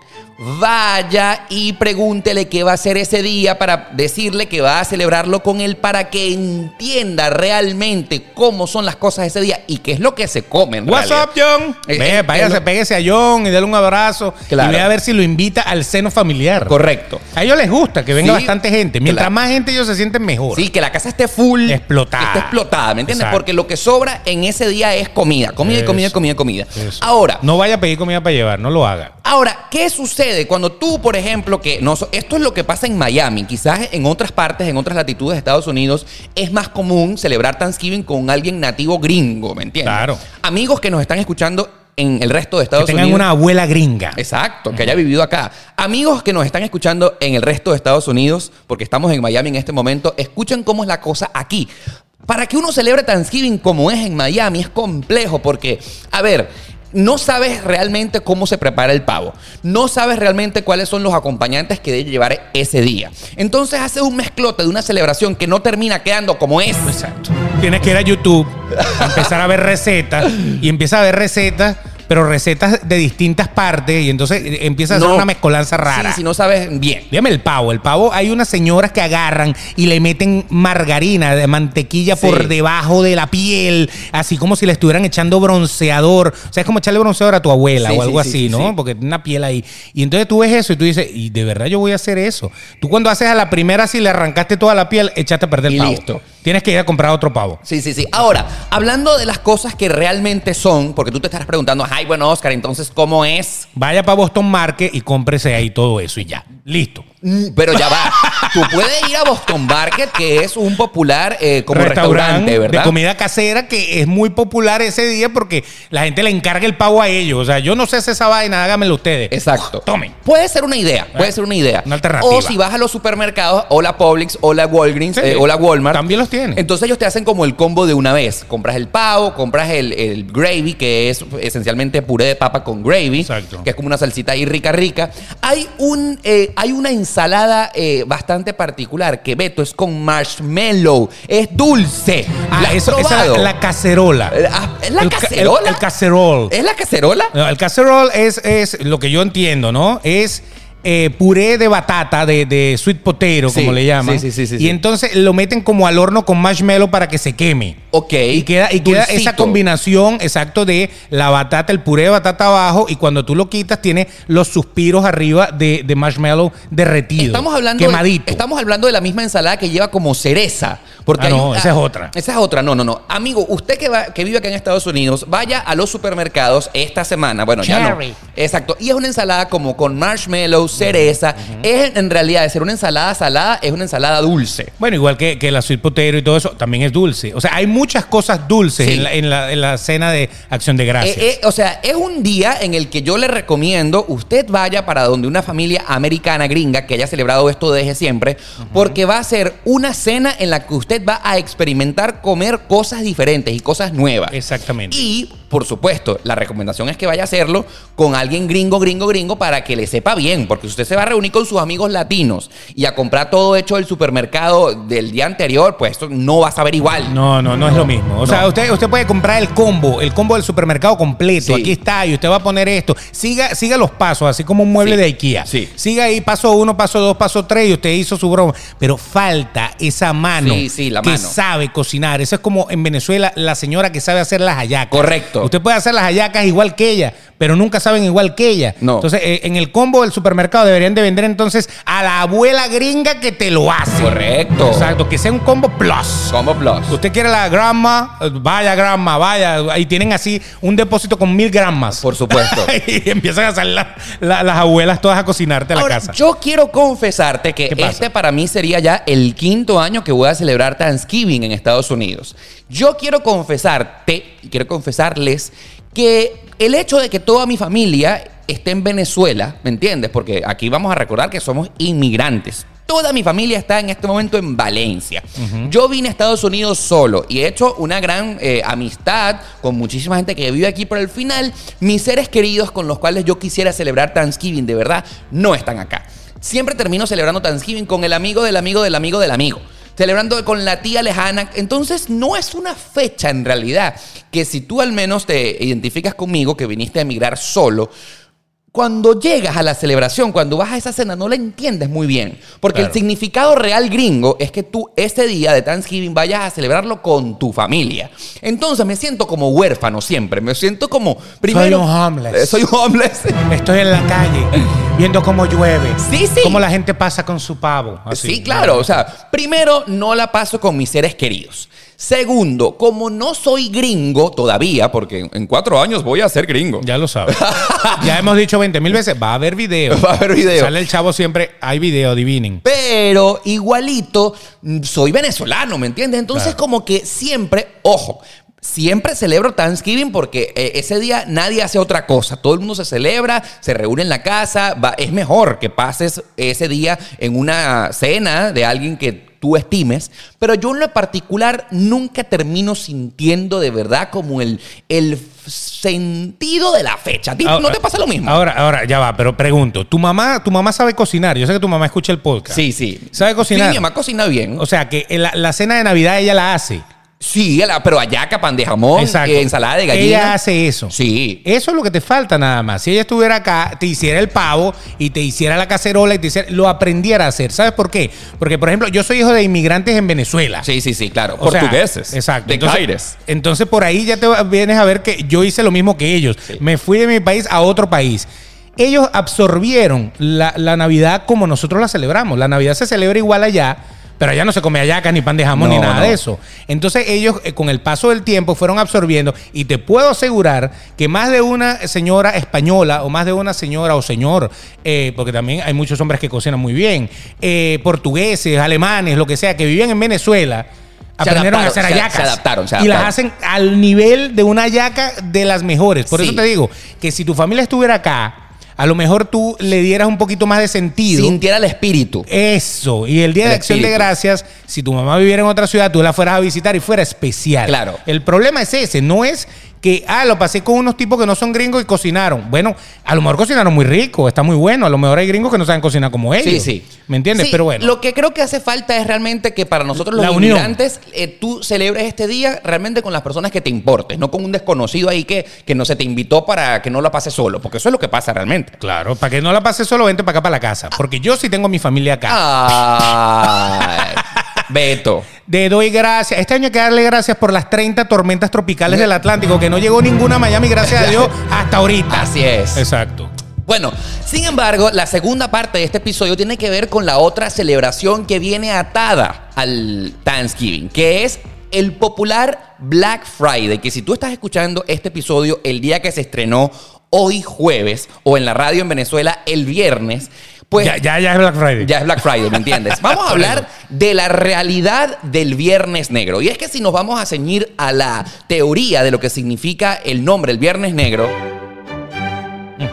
Speaker 1: vaya y pregúntele qué va a hacer ese día para decirle que va a celebrarlo con él para que entienda realmente cómo son las cosas ese día y qué es lo que se come. en
Speaker 2: What's
Speaker 1: realidad.
Speaker 2: up, John?
Speaker 1: Eh,
Speaker 2: Ve,
Speaker 1: eh,
Speaker 2: váyase,
Speaker 1: eh, no.
Speaker 2: péguese a John y dale un abrazo.
Speaker 1: Claro.
Speaker 2: Y ve a ver si lo invita al seno familiar.
Speaker 1: Correcto.
Speaker 2: A ellos les gusta que venga
Speaker 1: Sí,
Speaker 2: bastante gente. Mientras
Speaker 1: claro.
Speaker 2: más gente, ellos se sienten mejor.
Speaker 1: Sí, que la casa esté full.
Speaker 2: Explotada.
Speaker 1: Que esté explotada, ¿me entiendes?
Speaker 2: Exacto.
Speaker 1: Porque lo que sobra en ese día es comida. Comida y comida y
Speaker 2: Eso.
Speaker 1: comida y comida.
Speaker 2: Eso.
Speaker 1: Ahora,
Speaker 2: No vaya a pedir comida para llevar, no lo haga.
Speaker 1: Ahora, ¿qué sucede cuando tú, por ejemplo, que no, so- esto es lo que pasa en Miami, quizás en otras partes, en otras latitudes de Estados Unidos, es más común celebrar Thanksgiving con alguien nativo gringo, ¿me entiendes?
Speaker 2: Claro.
Speaker 1: Amigos que nos están escuchando en el resto de
Speaker 2: Que
Speaker 1: Estados
Speaker 2: tengan
Speaker 1: Unidos.
Speaker 2: una abuela gringa.
Speaker 1: Exacto, que haya vivido acá. Amigos que nos están escuchando en el resto de Estados Unidos, porque estamos en Miami en este momento, escuchen cómo es la cosa aquí. Para que uno celebre Thanksgiving como es en Miami es complejo porque, a ver, no sabes realmente cómo se prepara el pavo. No sabes realmente cuáles son los acompañantes que debe llevar ese día. Entonces haces un mezclote de una celebración que no termina quedando como es.
Speaker 2: Exacto. Tienes que ir a YouTube, a empezar a ver recetas y empieza a ver recetas, pero recetas de distintas partes y entonces eh, empieza a hacer
Speaker 1: No.
Speaker 2: una mezcolanza rara.
Speaker 1: Sí, si no sabes bien.
Speaker 2: Dígame el pavo. El pavo, hay unas señoras que agarran y le meten margarina de mantequilla
Speaker 1: Sí.
Speaker 2: por debajo de la piel, así como si le estuvieran echando bronceador. O sea, es como echarle bronceador a tu abuela
Speaker 1: Sí,
Speaker 2: o
Speaker 1: sí,
Speaker 2: algo
Speaker 1: sí,
Speaker 2: así,
Speaker 1: sí,
Speaker 2: ¿no?
Speaker 1: sí.
Speaker 2: Porque tiene una piel ahí. Y entonces tú ves eso y tú dices, ¿y de verdad yo voy a hacer eso? Tú cuando haces a la primera, si le arrancaste toda la piel, echaste a perder el
Speaker 1: Y
Speaker 2: pavo.
Speaker 1: listo.
Speaker 2: Tienes que ir a comprar otro pavo.
Speaker 1: Sí, sí, sí. Ahora, hablando de las cosas que realmente son, porque tú te estarás preguntando, ay, bueno, Oscar, entonces, ¿cómo es?
Speaker 2: Vaya para Boston Market y cómprese ahí todo eso y ya. Listo.
Speaker 1: Mm, Pero ya va. tú puedes ir a Boston Market, que es un popular eh, como restaurante, ¿verdad?
Speaker 2: de comida casera que es muy popular ese día porque la gente le encarga el pavo a ellos. O sea, yo no sé si esa vaina, háganmelo ustedes.
Speaker 1: Exacto.
Speaker 2: Tomen.
Speaker 1: Puede ser una idea, puede ser una idea.
Speaker 2: Oh, Eh, Una alternativa.
Speaker 1: O si vas a los supermercados, o la Publix, o la Walgreens,
Speaker 2: Sí.
Speaker 1: eh, o la Walmart.
Speaker 2: También los tienen.
Speaker 1: Entonces ellos te hacen como el combo de una vez. Compras el pavo, compras el, el gravy, que es esencialmente puré de papa con gravy,
Speaker 2: Exacto.
Speaker 1: que es como una salsita ahí rica, rica. Hay, un, eh, hay una ensalada eh, bastante particular que, Beto, es con marshmallow. Es dulce.
Speaker 2: Ah,
Speaker 1: ¿La has
Speaker 2: eso, esa es
Speaker 1: probado?
Speaker 2: la, la cacerola.
Speaker 1: Eh, ah, ¿Es la
Speaker 2: El ca-
Speaker 1: cacerola? Eh.
Speaker 2: El, Ah. el cacerol.
Speaker 1: ¿Es la cacerola?
Speaker 2: No, el cacerol es, es lo que yo entiendo, ¿no? Es eh, puré de batata, de, de sweet potato,
Speaker 1: Sí,
Speaker 2: como le llaman.
Speaker 1: sí, sí, sí, sí,
Speaker 2: y
Speaker 1: sí.
Speaker 2: entonces lo meten como al horno con marshmallow para que se queme.
Speaker 1: Ok.
Speaker 2: Y queda, y queda
Speaker 1: Dulcito.
Speaker 2: esa combinación exacto de la batata, el puré de batata abajo, y cuando tú lo quitas, tiene los suspiros arriba de, de marshmallow derretido.
Speaker 1: Estamos hablando, de,
Speaker 2: quemadito.
Speaker 1: estamos hablando de la misma ensalada que lleva como cereza. Porque
Speaker 2: Ah,
Speaker 1: hay-
Speaker 2: no, esa es otra.
Speaker 1: Esa es otra, no, no, no. Amigo, usted que, va, que vive acá en Estados Unidos, vaya a los supermercados esta semana. Bueno, ya no.
Speaker 2: Cherry.
Speaker 1: Exacto. Y es una ensalada como con marshmallow, cereza. Es en realidad, de ser una ensalada salada, es una ensalada dulce.
Speaker 2: Bueno, igual que, que la sweet potato y todo eso, también es dulce. O sea, hay muchas cosas dulces
Speaker 1: Sí.
Speaker 2: en, la, en la- en la cena de Acción de Gracias.
Speaker 1: Eh, eh, o sea, es un día en el que yo le recomiendo usted vaya para donde una familia americana gringa que haya celebrado esto desde siempre, porque va a ser una cena en la que usted va a experimentar comer cosas diferentes y cosas nuevas.
Speaker 2: Exactamente.
Speaker 1: Y, por supuesto, la recomendación es que vaya a hacerlo con alguien gringo, gringo, gringo para que le sepa bien, porque si usted se va a reunir con sus amigos latinos y a comprar todo hecho del supermercado del día anterior, pues esto no va a saber igual.
Speaker 2: No, no, no es lo mismo. O sea, usted, usted puede comprar el combo, el combo del supermercado completo.
Speaker 1: Sí.
Speaker 2: Aquí está, y usted va a poner esto. Siga, siga los pasos, así como un mueble
Speaker 1: Sí.
Speaker 2: de IKEA.
Speaker 1: Sí.
Speaker 2: Siga ahí paso uno, paso dos, paso tres, y usted hizo su broma. Pero falta esa mano
Speaker 1: Sí, sí, la
Speaker 2: que
Speaker 1: mano.
Speaker 2: sabe cocinar. Eso es como en Venezuela, la señora que sabe hacer las hallacas.
Speaker 1: Correcto.
Speaker 2: Usted puede hacer las hallacas igual que ella, pero nunca saben igual que ella.
Speaker 1: No.
Speaker 2: Entonces, eh, en el combo del supermercado deberían de vender entonces a la abuela gringa que te lo hace.
Speaker 1: Correcto.
Speaker 2: Exacto, que sea un combo plus.
Speaker 1: Combo Plus.
Speaker 2: Usted quiere la grama, eh, vaya grama, vaya. Ahí tienen así un depósito con mil gramas.
Speaker 1: Por supuesto.
Speaker 2: y empiezan a salir la- la- las abuelas todas a cocinarte a la
Speaker 1: Ahora,
Speaker 2: casa.
Speaker 1: Yo quiero confesarte que
Speaker 2: ¿Qué pasa?
Speaker 1: este para mí sería ya el quinto año que voy a celebrar Thanksgiving en Estados Unidos. Yo quiero confesarte, y quiero confesarles, que el hecho de que toda mi familia esté en Venezuela, ¿me entiendes? Porque aquí vamos a recordar que somos inmigrantes. Toda mi familia está en este momento en Valencia. Yo vine a Estados Unidos solo y he hecho una gran eh, amistad con muchísima gente que vive aquí, pero al final mis seres queridos con los cuales yo quisiera celebrar Thanksgiving de verdad no están acá. Siempre termino celebrando Thanksgiving con el amigo del amigo del amigo del amigo. Celebrando con la tía lejana. Entonces no es una fecha en realidad que si tú al menos te identificas conmigo, que viniste a emigrar solo, cuando llegas a la celebración, cuando vas a esa cena, no la entiendes muy bien. Porque el
Speaker 2: Claro.
Speaker 1: significado real gringo es que tú ese día de Thanksgiving vayas a celebrarlo con tu familia. Entonces me siento como huérfano siempre. Me siento como...
Speaker 2: un homeless.
Speaker 1: Eh, Soy un homeless.
Speaker 2: Estoy en la calle viendo cómo llueve.
Speaker 1: Sí, sí.
Speaker 2: Cómo la gente pasa con su pavo. así.
Speaker 1: sí, claro. O sea, primero, no la paso con mis seres queridos. Segundo, como no soy gringo todavía, porque en cuatro años voy a ser gringo.
Speaker 2: Ya lo sabes. ya hemos dicho 20 mil veces, va a haber video.
Speaker 1: Va a haber video.
Speaker 2: Sale el chavo siempre, hay video, adivinen.
Speaker 1: Pero igualito, mm, soy venezolano, ¿me entiendes? Entonces
Speaker 2: Claro.
Speaker 1: como que siempre, ojo, siempre celebro Thanksgiving porque eh, ese día nadie hace otra cosa. Todo el mundo se celebra, se reúne en la casa. va- es mejor que pases ese día en una cena de alguien que tú estimes, pero yo en lo particular nunca termino sintiendo de verdad como el, el f- sentido de la fecha. ¿A ti ¿No
Speaker 2: Ahora-
Speaker 1: te pasa lo mismo?
Speaker 2: Ah, Ahora, ahora, ya va, pero pregunto, tu mamá, tu mamá sabe cocinar. Yo sé que tu mamá escucha el podcast.
Speaker 1: sí, sí.
Speaker 2: ¿Sabe cocinar?
Speaker 1: Sí, mi mamá cocina bien.
Speaker 2: O sea, que la, la cena de Navidad ella la hace.
Speaker 1: Sí, la- pero hallaca, pan de jamón,
Speaker 2: Exacto.
Speaker 1: eh, ensalada de gallina.
Speaker 2: Ella hace eso.
Speaker 1: Sí.
Speaker 2: Eso es lo que te falta nada más. Si ella estuviera acá, te hiciera el pavo y te hiciera la cacerola y te hiciera, lo aprendiera a hacer. ¿Sabes por qué? Porque, por ejemplo, yo soy hijo de inmigrantes en Venezuela.
Speaker 1: Sí, sí, sí, claro.
Speaker 2: O sea, exacto.
Speaker 1: De
Speaker 2: entonces,
Speaker 1: Caires.
Speaker 2: entonces, por ahí ya te va- vienes a ver que yo hice lo mismo que ellos. Me fui de mi país a otro país. Ellos absorbieron la, la Navidad como nosotros la celebramos. La Navidad se celebra igual allá, pero allá no se come hallaca, ni pan de jamón, ni
Speaker 1: No,
Speaker 2: nada
Speaker 1: no.
Speaker 2: de eso. Entonces ellos eh, con el paso del tiempo fueron absorbiendo y te puedo asegurar que más de una señora española o más de una señora o señor, eh, porque también hay muchos hombres que cocinan muy bien, eh, portugueses, alemanes, lo que sea, que vivían en Venezuela,
Speaker 1: Se
Speaker 2: aprendieron a hacer
Speaker 1: adaptaron, se-
Speaker 2: hallacas.
Speaker 1: se adaptaron, se
Speaker 2: Y las
Speaker 1: adaptaron.
Speaker 2: hacen al nivel de una hallaca de las mejores. Por eso
Speaker 1: Sí.
Speaker 2: te digo que si tu familia estuviera acá, a lo mejor tú le dieras un poquito más de sentido.
Speaker 1: Sintiera el espíritu.
Speaker 2: Eso. Y el Día
Speaker 1: El
Speaker 2: de Acción de
Speaker 1: espíritu.
Speaker 2: Gracias, si tu mamá viviera en otra ciudad, tú la fueras a visitar y fuera especial.
Speaker 1: Claro.
Speaker 2: El problema es ese, no es que, ah, lo pasé con unos tipos que no son gringos y cocinaron. Bueno, a lo mejor cocinaron muy rico, está muy bueno. A lo mejor hay gringos que no saben cocinar como ellos.
Speaker 1: Sí, sí.
Speaker 2: ¿Me entiendes?
Speaker 1: Sí,
Speaker 2: Pero bueno.
Speaker 1: Lo que creo que hace falta es realmente que para nosotros los
Speaker 2: La unión.
Speaker 1: inmigrantes eh, tú celebres este día realmente con las personas que te importes, no con un desconocido ahí que, que no se te invitó para que no la pases solo, porque eso es lo que pasa realmente.
Speaker 2: Claro, para que no la pase solo, vente para acá, para la casa. Porque yo sí tengo mi familia acá.
Speaker 1: Ay, Beto.
Speaker 2: Te doy gracias. Este año hay que darle gracias por las 30 tormentas tropicales del Atlántico, que no llegó ninguna a Miami, gracias a Dios, hasta ahorita.
Speaker 1: Así es.
Speaker 2: Exacto.
Speaker 1: Bueno, sin embargo, la segunda parte de este episodio tiene que ver con la otra celebración que viene atada al Thanksgiving, que es el popular Black Friday, que si tú estás escuchando este episodio el día que se estrenó hoy jueves o en la radio en Venezuela el viernes, pues
Speaker 2: ya, ya, ya es Black Friday.
Speaker 1: ya es Black Friday, ¿me entiendes? Vamos a hablar de la realidad del Viernes Negro. Y es que si nos vamos a ceñir a la teoría de lo que significa el nombre, el Viernes Negro,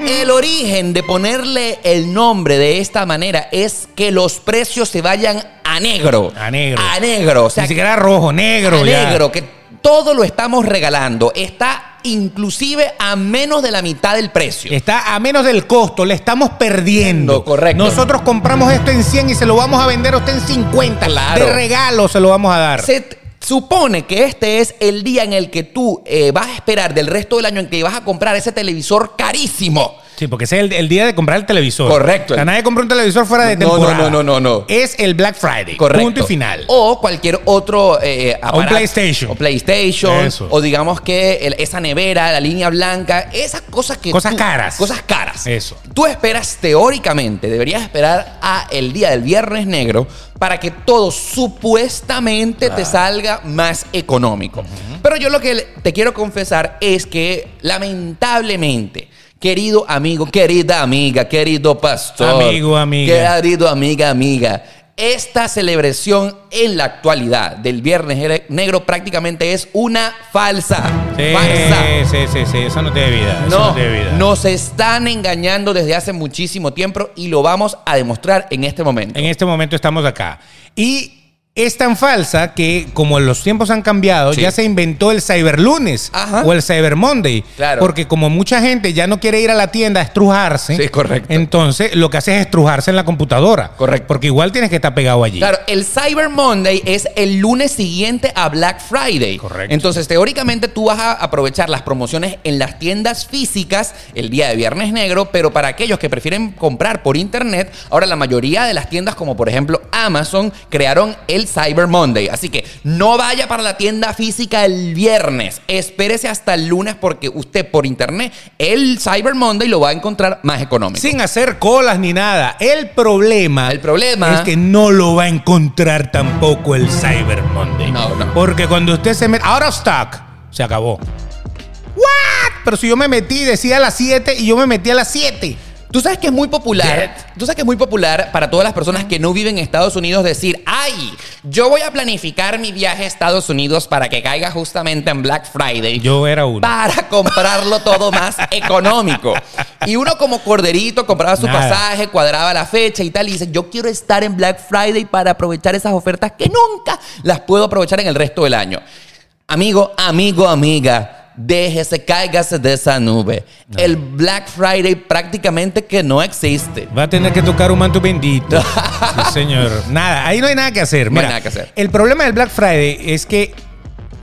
Speaker 1: el origen de ponerle el nombre de esta manera es que los precios se vayan a negro.
Speaker 2: A negro.
Speaker 1: A negro. O sea,
Speaker 2: Ni siquiera rojo, negro.
Speaker 1: a
Speaker 2: ya.
Speaker 1: negro, que todo lo estamos regalando. Está inclusive a menos de la mitad del precio.
Speaker 2: Está a menos del costo, le estamos perdiendo.
Speaker 1: No, correcto.
Speaker 2: Nosotros compramos esto en 100 y se lo vamos a vender a usted en 50.
Speaker 1: Claro.
Speaker 2: De regalo se lo vamos a dar.
Speaker 1: Se t- supone que este es el día en el que tú eh, vas a esperar del resto del año en que vas a comprar ese televisor carísimo.
Speaker 2: Sí, porque ese es el, el día de comprar el televisor.
Speaker 1: Correcto.
Speaker 2: O sea, nadie compró un televisor fuera de
Speaker 1: No, no,
Speaker 2: temporada.
Speaker 1: no, no, no, no.
Speaker 2: Es el Black Friday.
Speaker 1: Correcto. Oh,
Speaker 2: Punto y final.
Speaker 1: O cualquier otro eh, aparato.
Speaker 2: PlayStation.
Speaker 1: O PlayStation.
Speaker 2: Eso.
Speaker 1: O digamos que el- esa nevera, la línea blanca, esas cosas que.
Speaker 2: Cosas
Speaker 1: tú-
Speaker 2: caras.
Speaker 1: Cosas caras.
Speaker 2: Eso.
Speaker 1: Tú esperas teóricamente, deberías esperar a el día del Viernes Negro para que todo supuestamente te salga más económico. Pero yo lo que le- te quiero confesar es que lamentablemente, querido amigo, querida amiga, querido pastor,
Speaker 2: Amigo, amiga.
Speaker 1: querido amiga, amiga, esta celebración en la actualidad del Viernes Negre- Negro prácticamente es una falsa.
Speaker 2: Sí,
Speaker 1: Falsa.
Speaker 2: sí, sí, sí, eso no tiene vida. eso
Speaker 1: No,
Speaker 2: no tiene vida.
Speaker 1: nos están engañando desde hace muchísimo tiempo y lo vamos a demostrar en este momento.
Speaker 2: En este momento estamos acá. Y es tan falsa que como los tiempos han cambiado,
Speaker 1: Sí.
Speaker 2: ya se inventó el Cyberlunes
Speaker 1: Ajá.
Speaker 2: o el Cyber Monday.
Speaker 1: Claro.
Speaker 2: Porque como mucha gente ya no quiere ir a la tienda a estrujarse,
Speaker 1: Sí, correcto.
Speaker 2: entonces lo que hace es estrujarse en la computadora.
Speaker 1: Correcto.
Speaker 2: Porque igual tienes que estar pegado allí.
Speaker 1: Claro, el Cyber Monday es el lunes siguiente a Black Friday.
Speaker 2: Correcto.
Speaker 1: Entonces, teóricamente tú vas a aprovechar las promociones en las tiendas físicas el día de Viernes Negro, pero para aquellos que prefieren comprar por internet, ahora la mayoría de las tiendas, como por ejemplo Amazon, crearon el Cyber Monday. Así que no vaya para la tienda física el viernes, espérese hasta el lunes porque usted por internet el Cyber Monday lo va a encontrar más económico.
Speaker 2: Sin hacer colas ni nada. El problema.
Speaker 1: El problema-
Speaker 2: Es que no lo va a encontrar tampoco el Cyber Monday.
Speaker 1: No, no.
Speaker 2: Porque cuando usted se mete. Out of stock. Se acabó. ¿What? Pero si yo me metí, decía a las 7 y yo me metí a las 7.
Speaker 1: Tú sabes que es muy popular. Tú sabes que es muy popular para todas las personas que no viven en Estados Unidos decir, ay, yo voy a planificar mi viaje a Estados Unidos para que caiga justamente en Black Friday.
Speaker 2: Yo era uno.
Speaker 1: Para comprarlo todo más económico. Y uno como corderito compraba su
Speaker 2: Nada.
Speaker 1: pasaje, cuadraba la fecha y tal, y dice, yo quiero estar en Black Friday para aprovechar esas ofertas que nunca las puedo aprovechar en el resto del año. Amigo, amigo, amiga, déjese, cáigase de esa nube. El Black Friday prácticamente que no existe.
Speaker 2: Va a tener que tocar un manto bendito. Sí, señor. Nada, ahí no hay nada que hacer.
Speaker 1: No hay
Speaker 2: Mira,
Speaker 1: nada que hacer.
Speaker 2: El problema del Black Friday es que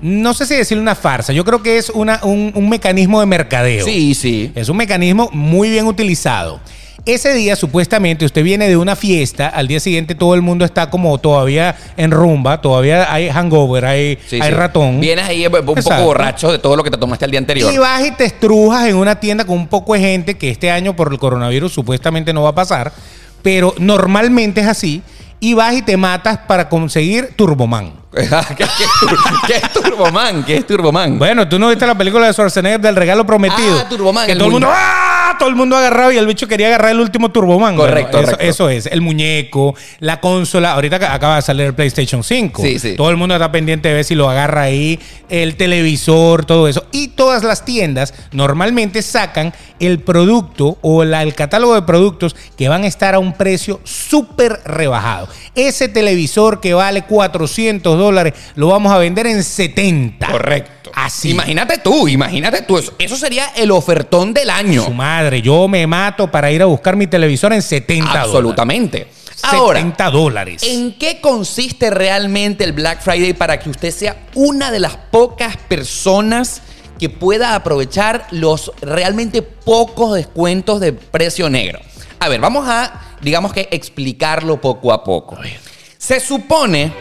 Speaker 2: no sé si decir una farsa. Yo creo que es una, un, un mecanismo de mercadeo.
Speaker 1: Sí, sí.
Speaker 2: Es un mecanismo muy bien utilizado. Ese día, supuestamente, usted viene de una fiesta, al día siguiente todo el mundo está como todavía en rumba, todavía hay hangover, hay,
Speaker 1: Sí,
Speaker 2: hay
Speaker 1: sí.
Speaker 2: ratón.
Speaker 1: Vienes ahí pues, un poco
Speaker 2: Exacto.
Speaker 1: borracho de todo lo que te tomaste el día anterior.
Speaker 2: Y vas y te estrujas en una tienda con un poco de gente que este año por el coronavirus supuestamente no va a pasar, pero normalmente es así. Y vas y te matas para conseguir Turboman.
Speaker 1: ¿Qué, qué tur- qué es Turboman? ¿Qué es Turboman?
Speaker 2: Bueno, tú no viste la película de Schwarzenegger del regalo prometido.
Speaker 1: Ah, Turboman,
Speaker 2: Que
Speaker 1: el
Speaker 2: todo el mundo,
Speaker 1: muñe-
Speaker 2: ¡ah! Todo el mundo agarrado y el bicho quería agarrar el último Turboman.
Speaker 1: Correcto,
Speaker 2: eso,
Speaker 1: correcto.
Speaker 2: eso es. El muñeco, la consola. Ahorita ac- acaba de salir el PlayStation 5.
Speaker 1: Sí, sí.
Speaker 2: Todo el mundo está pendiente de ver si lo agarra ahí. El televisor, todo eso. Y todas las tiendas normalmente sacan el producto o la- el catálogo de productos que van a estar a un precio súper rebajado. Ese televisor que vale 400 dólares lo vamos a vender en 70.
Speaker 1: Correcto.
Speaker 2: Así.
Speaker 1: Imagínate tú, imagínate tú. Eso, eso sería el ofertón del año.
Speaker 2: Su madre, yo me mato para ir a buscar mi televisor en 70
Speaker 1: Absolutamente.
Speaker 2: dólares.
Speaker 1: Ahora,
Speaker 2: 70 dólares.
Speaker 1: ¿En qué consiste realmente el Black Friday para que usted sea una de las pocas personas que pueda aprovechar los realmente pocos descuentos de precio negro? A ver, vamos a, digamos que, explicarlo poco a poco. Se supone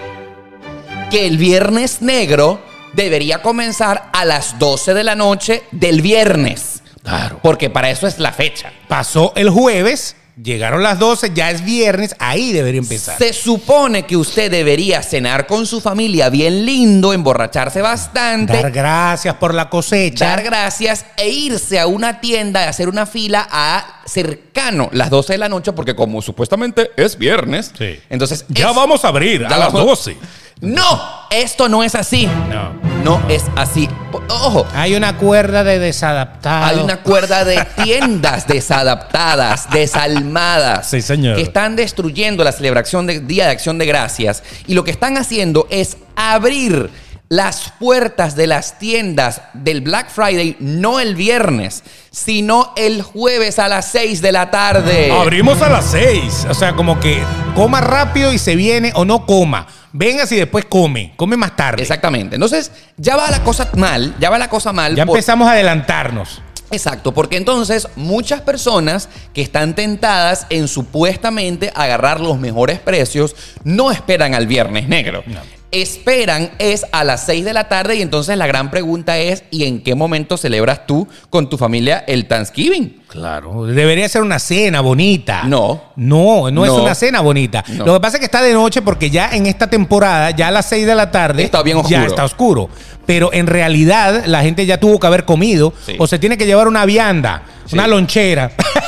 Speaker 1: que el viernes negro debería comenzar a las 12 de la noche del viernes.
Speaker 2: Claro.
Speaker 1: Porque para eso es la fecha.
Speaker 2: Pasó el jueves, llegaron las 12, ya es viernes, ahí debería empezar.
Speaker 1: Se supone que usted debería cenar con su familia bien lindo, emborracharse bastante,
Speaker 2: Dar
Speaker 1: dar,
Speaker 2: gracias por la cosecha.
Speaker 1: gracias e irse a una tienda y hacer una fila a cercano las 12 de la noche, porque como supuestamente es viernes,
Speaker 2: Sí.
Speaker 1: entonces
Speaker 2: ya
Speaker 1: es-
Speaker 2: vamos a abrir
Speaker 1: ya
Speaker 2: a las
Speaker 1: vamos-
Speaker 2: 12.
Speaker 1: No, esto no es así.
Speaker 2: No.
Speaker 1: No es así. Po- Ojo,
Speaker 2: Hay una cuerda de desadaptado.
Speaker 1: Hay una cuerda de tiendas desadaptadas, desalmadas.
Speaker 2: Sí, señor.
Speaker 1: Que están destruyendo la celebración del Día de Acción de Gracias. Y lo que están haciendo es abrir las puertas de las tiendas del Black Friday, no el viernes, sino el jueves a las 6 de la tarde.
Speaker 2: Abrimos a las 6. O sea, como que coma rápido y se viene o no coma. Vengas y después come. Come más tarde.
Speaker 1: Exactamente. Entonces, ya va la cosa mal, ya va la cosa mal.
Speaker 2: Ya
Speaker 1: por-
Speaker 2: empezamos a adelantarnos.
Speaker 1: Exacto, porque entonces muchas personas que están tentadas en supuestamente agarrar los mejores precios no esperan al viernes negro.
Speaker 2: No.
Speaker 1: Esperan es a las 6 de la tarde y entonces la gran pregunta es ¿y en qué momento celebras tú con tu familia el Thanksgiving?
Speaker 2: Claro. Debería ser una cena bonita.
Speaker 1: No.
Speaker 2: No, no, es
Speaker 1: No.
Speaker 2: una cena bonita.
Speaker 1: No.
Speaker 2: Lo que pasa es que está de noche porque ya en esta temporada, ya a las 6 de la tarde.
Speaker 1: Está bien
Speaker 2: Ya
Speaker 1: oscuro.
Speaker 2: está oscuro. Pero en realidad la gente ya tuvo que haber comido
Speaker 1: Sí.
Speaker 2: o se tiene que llevar una vianda, una lonchera.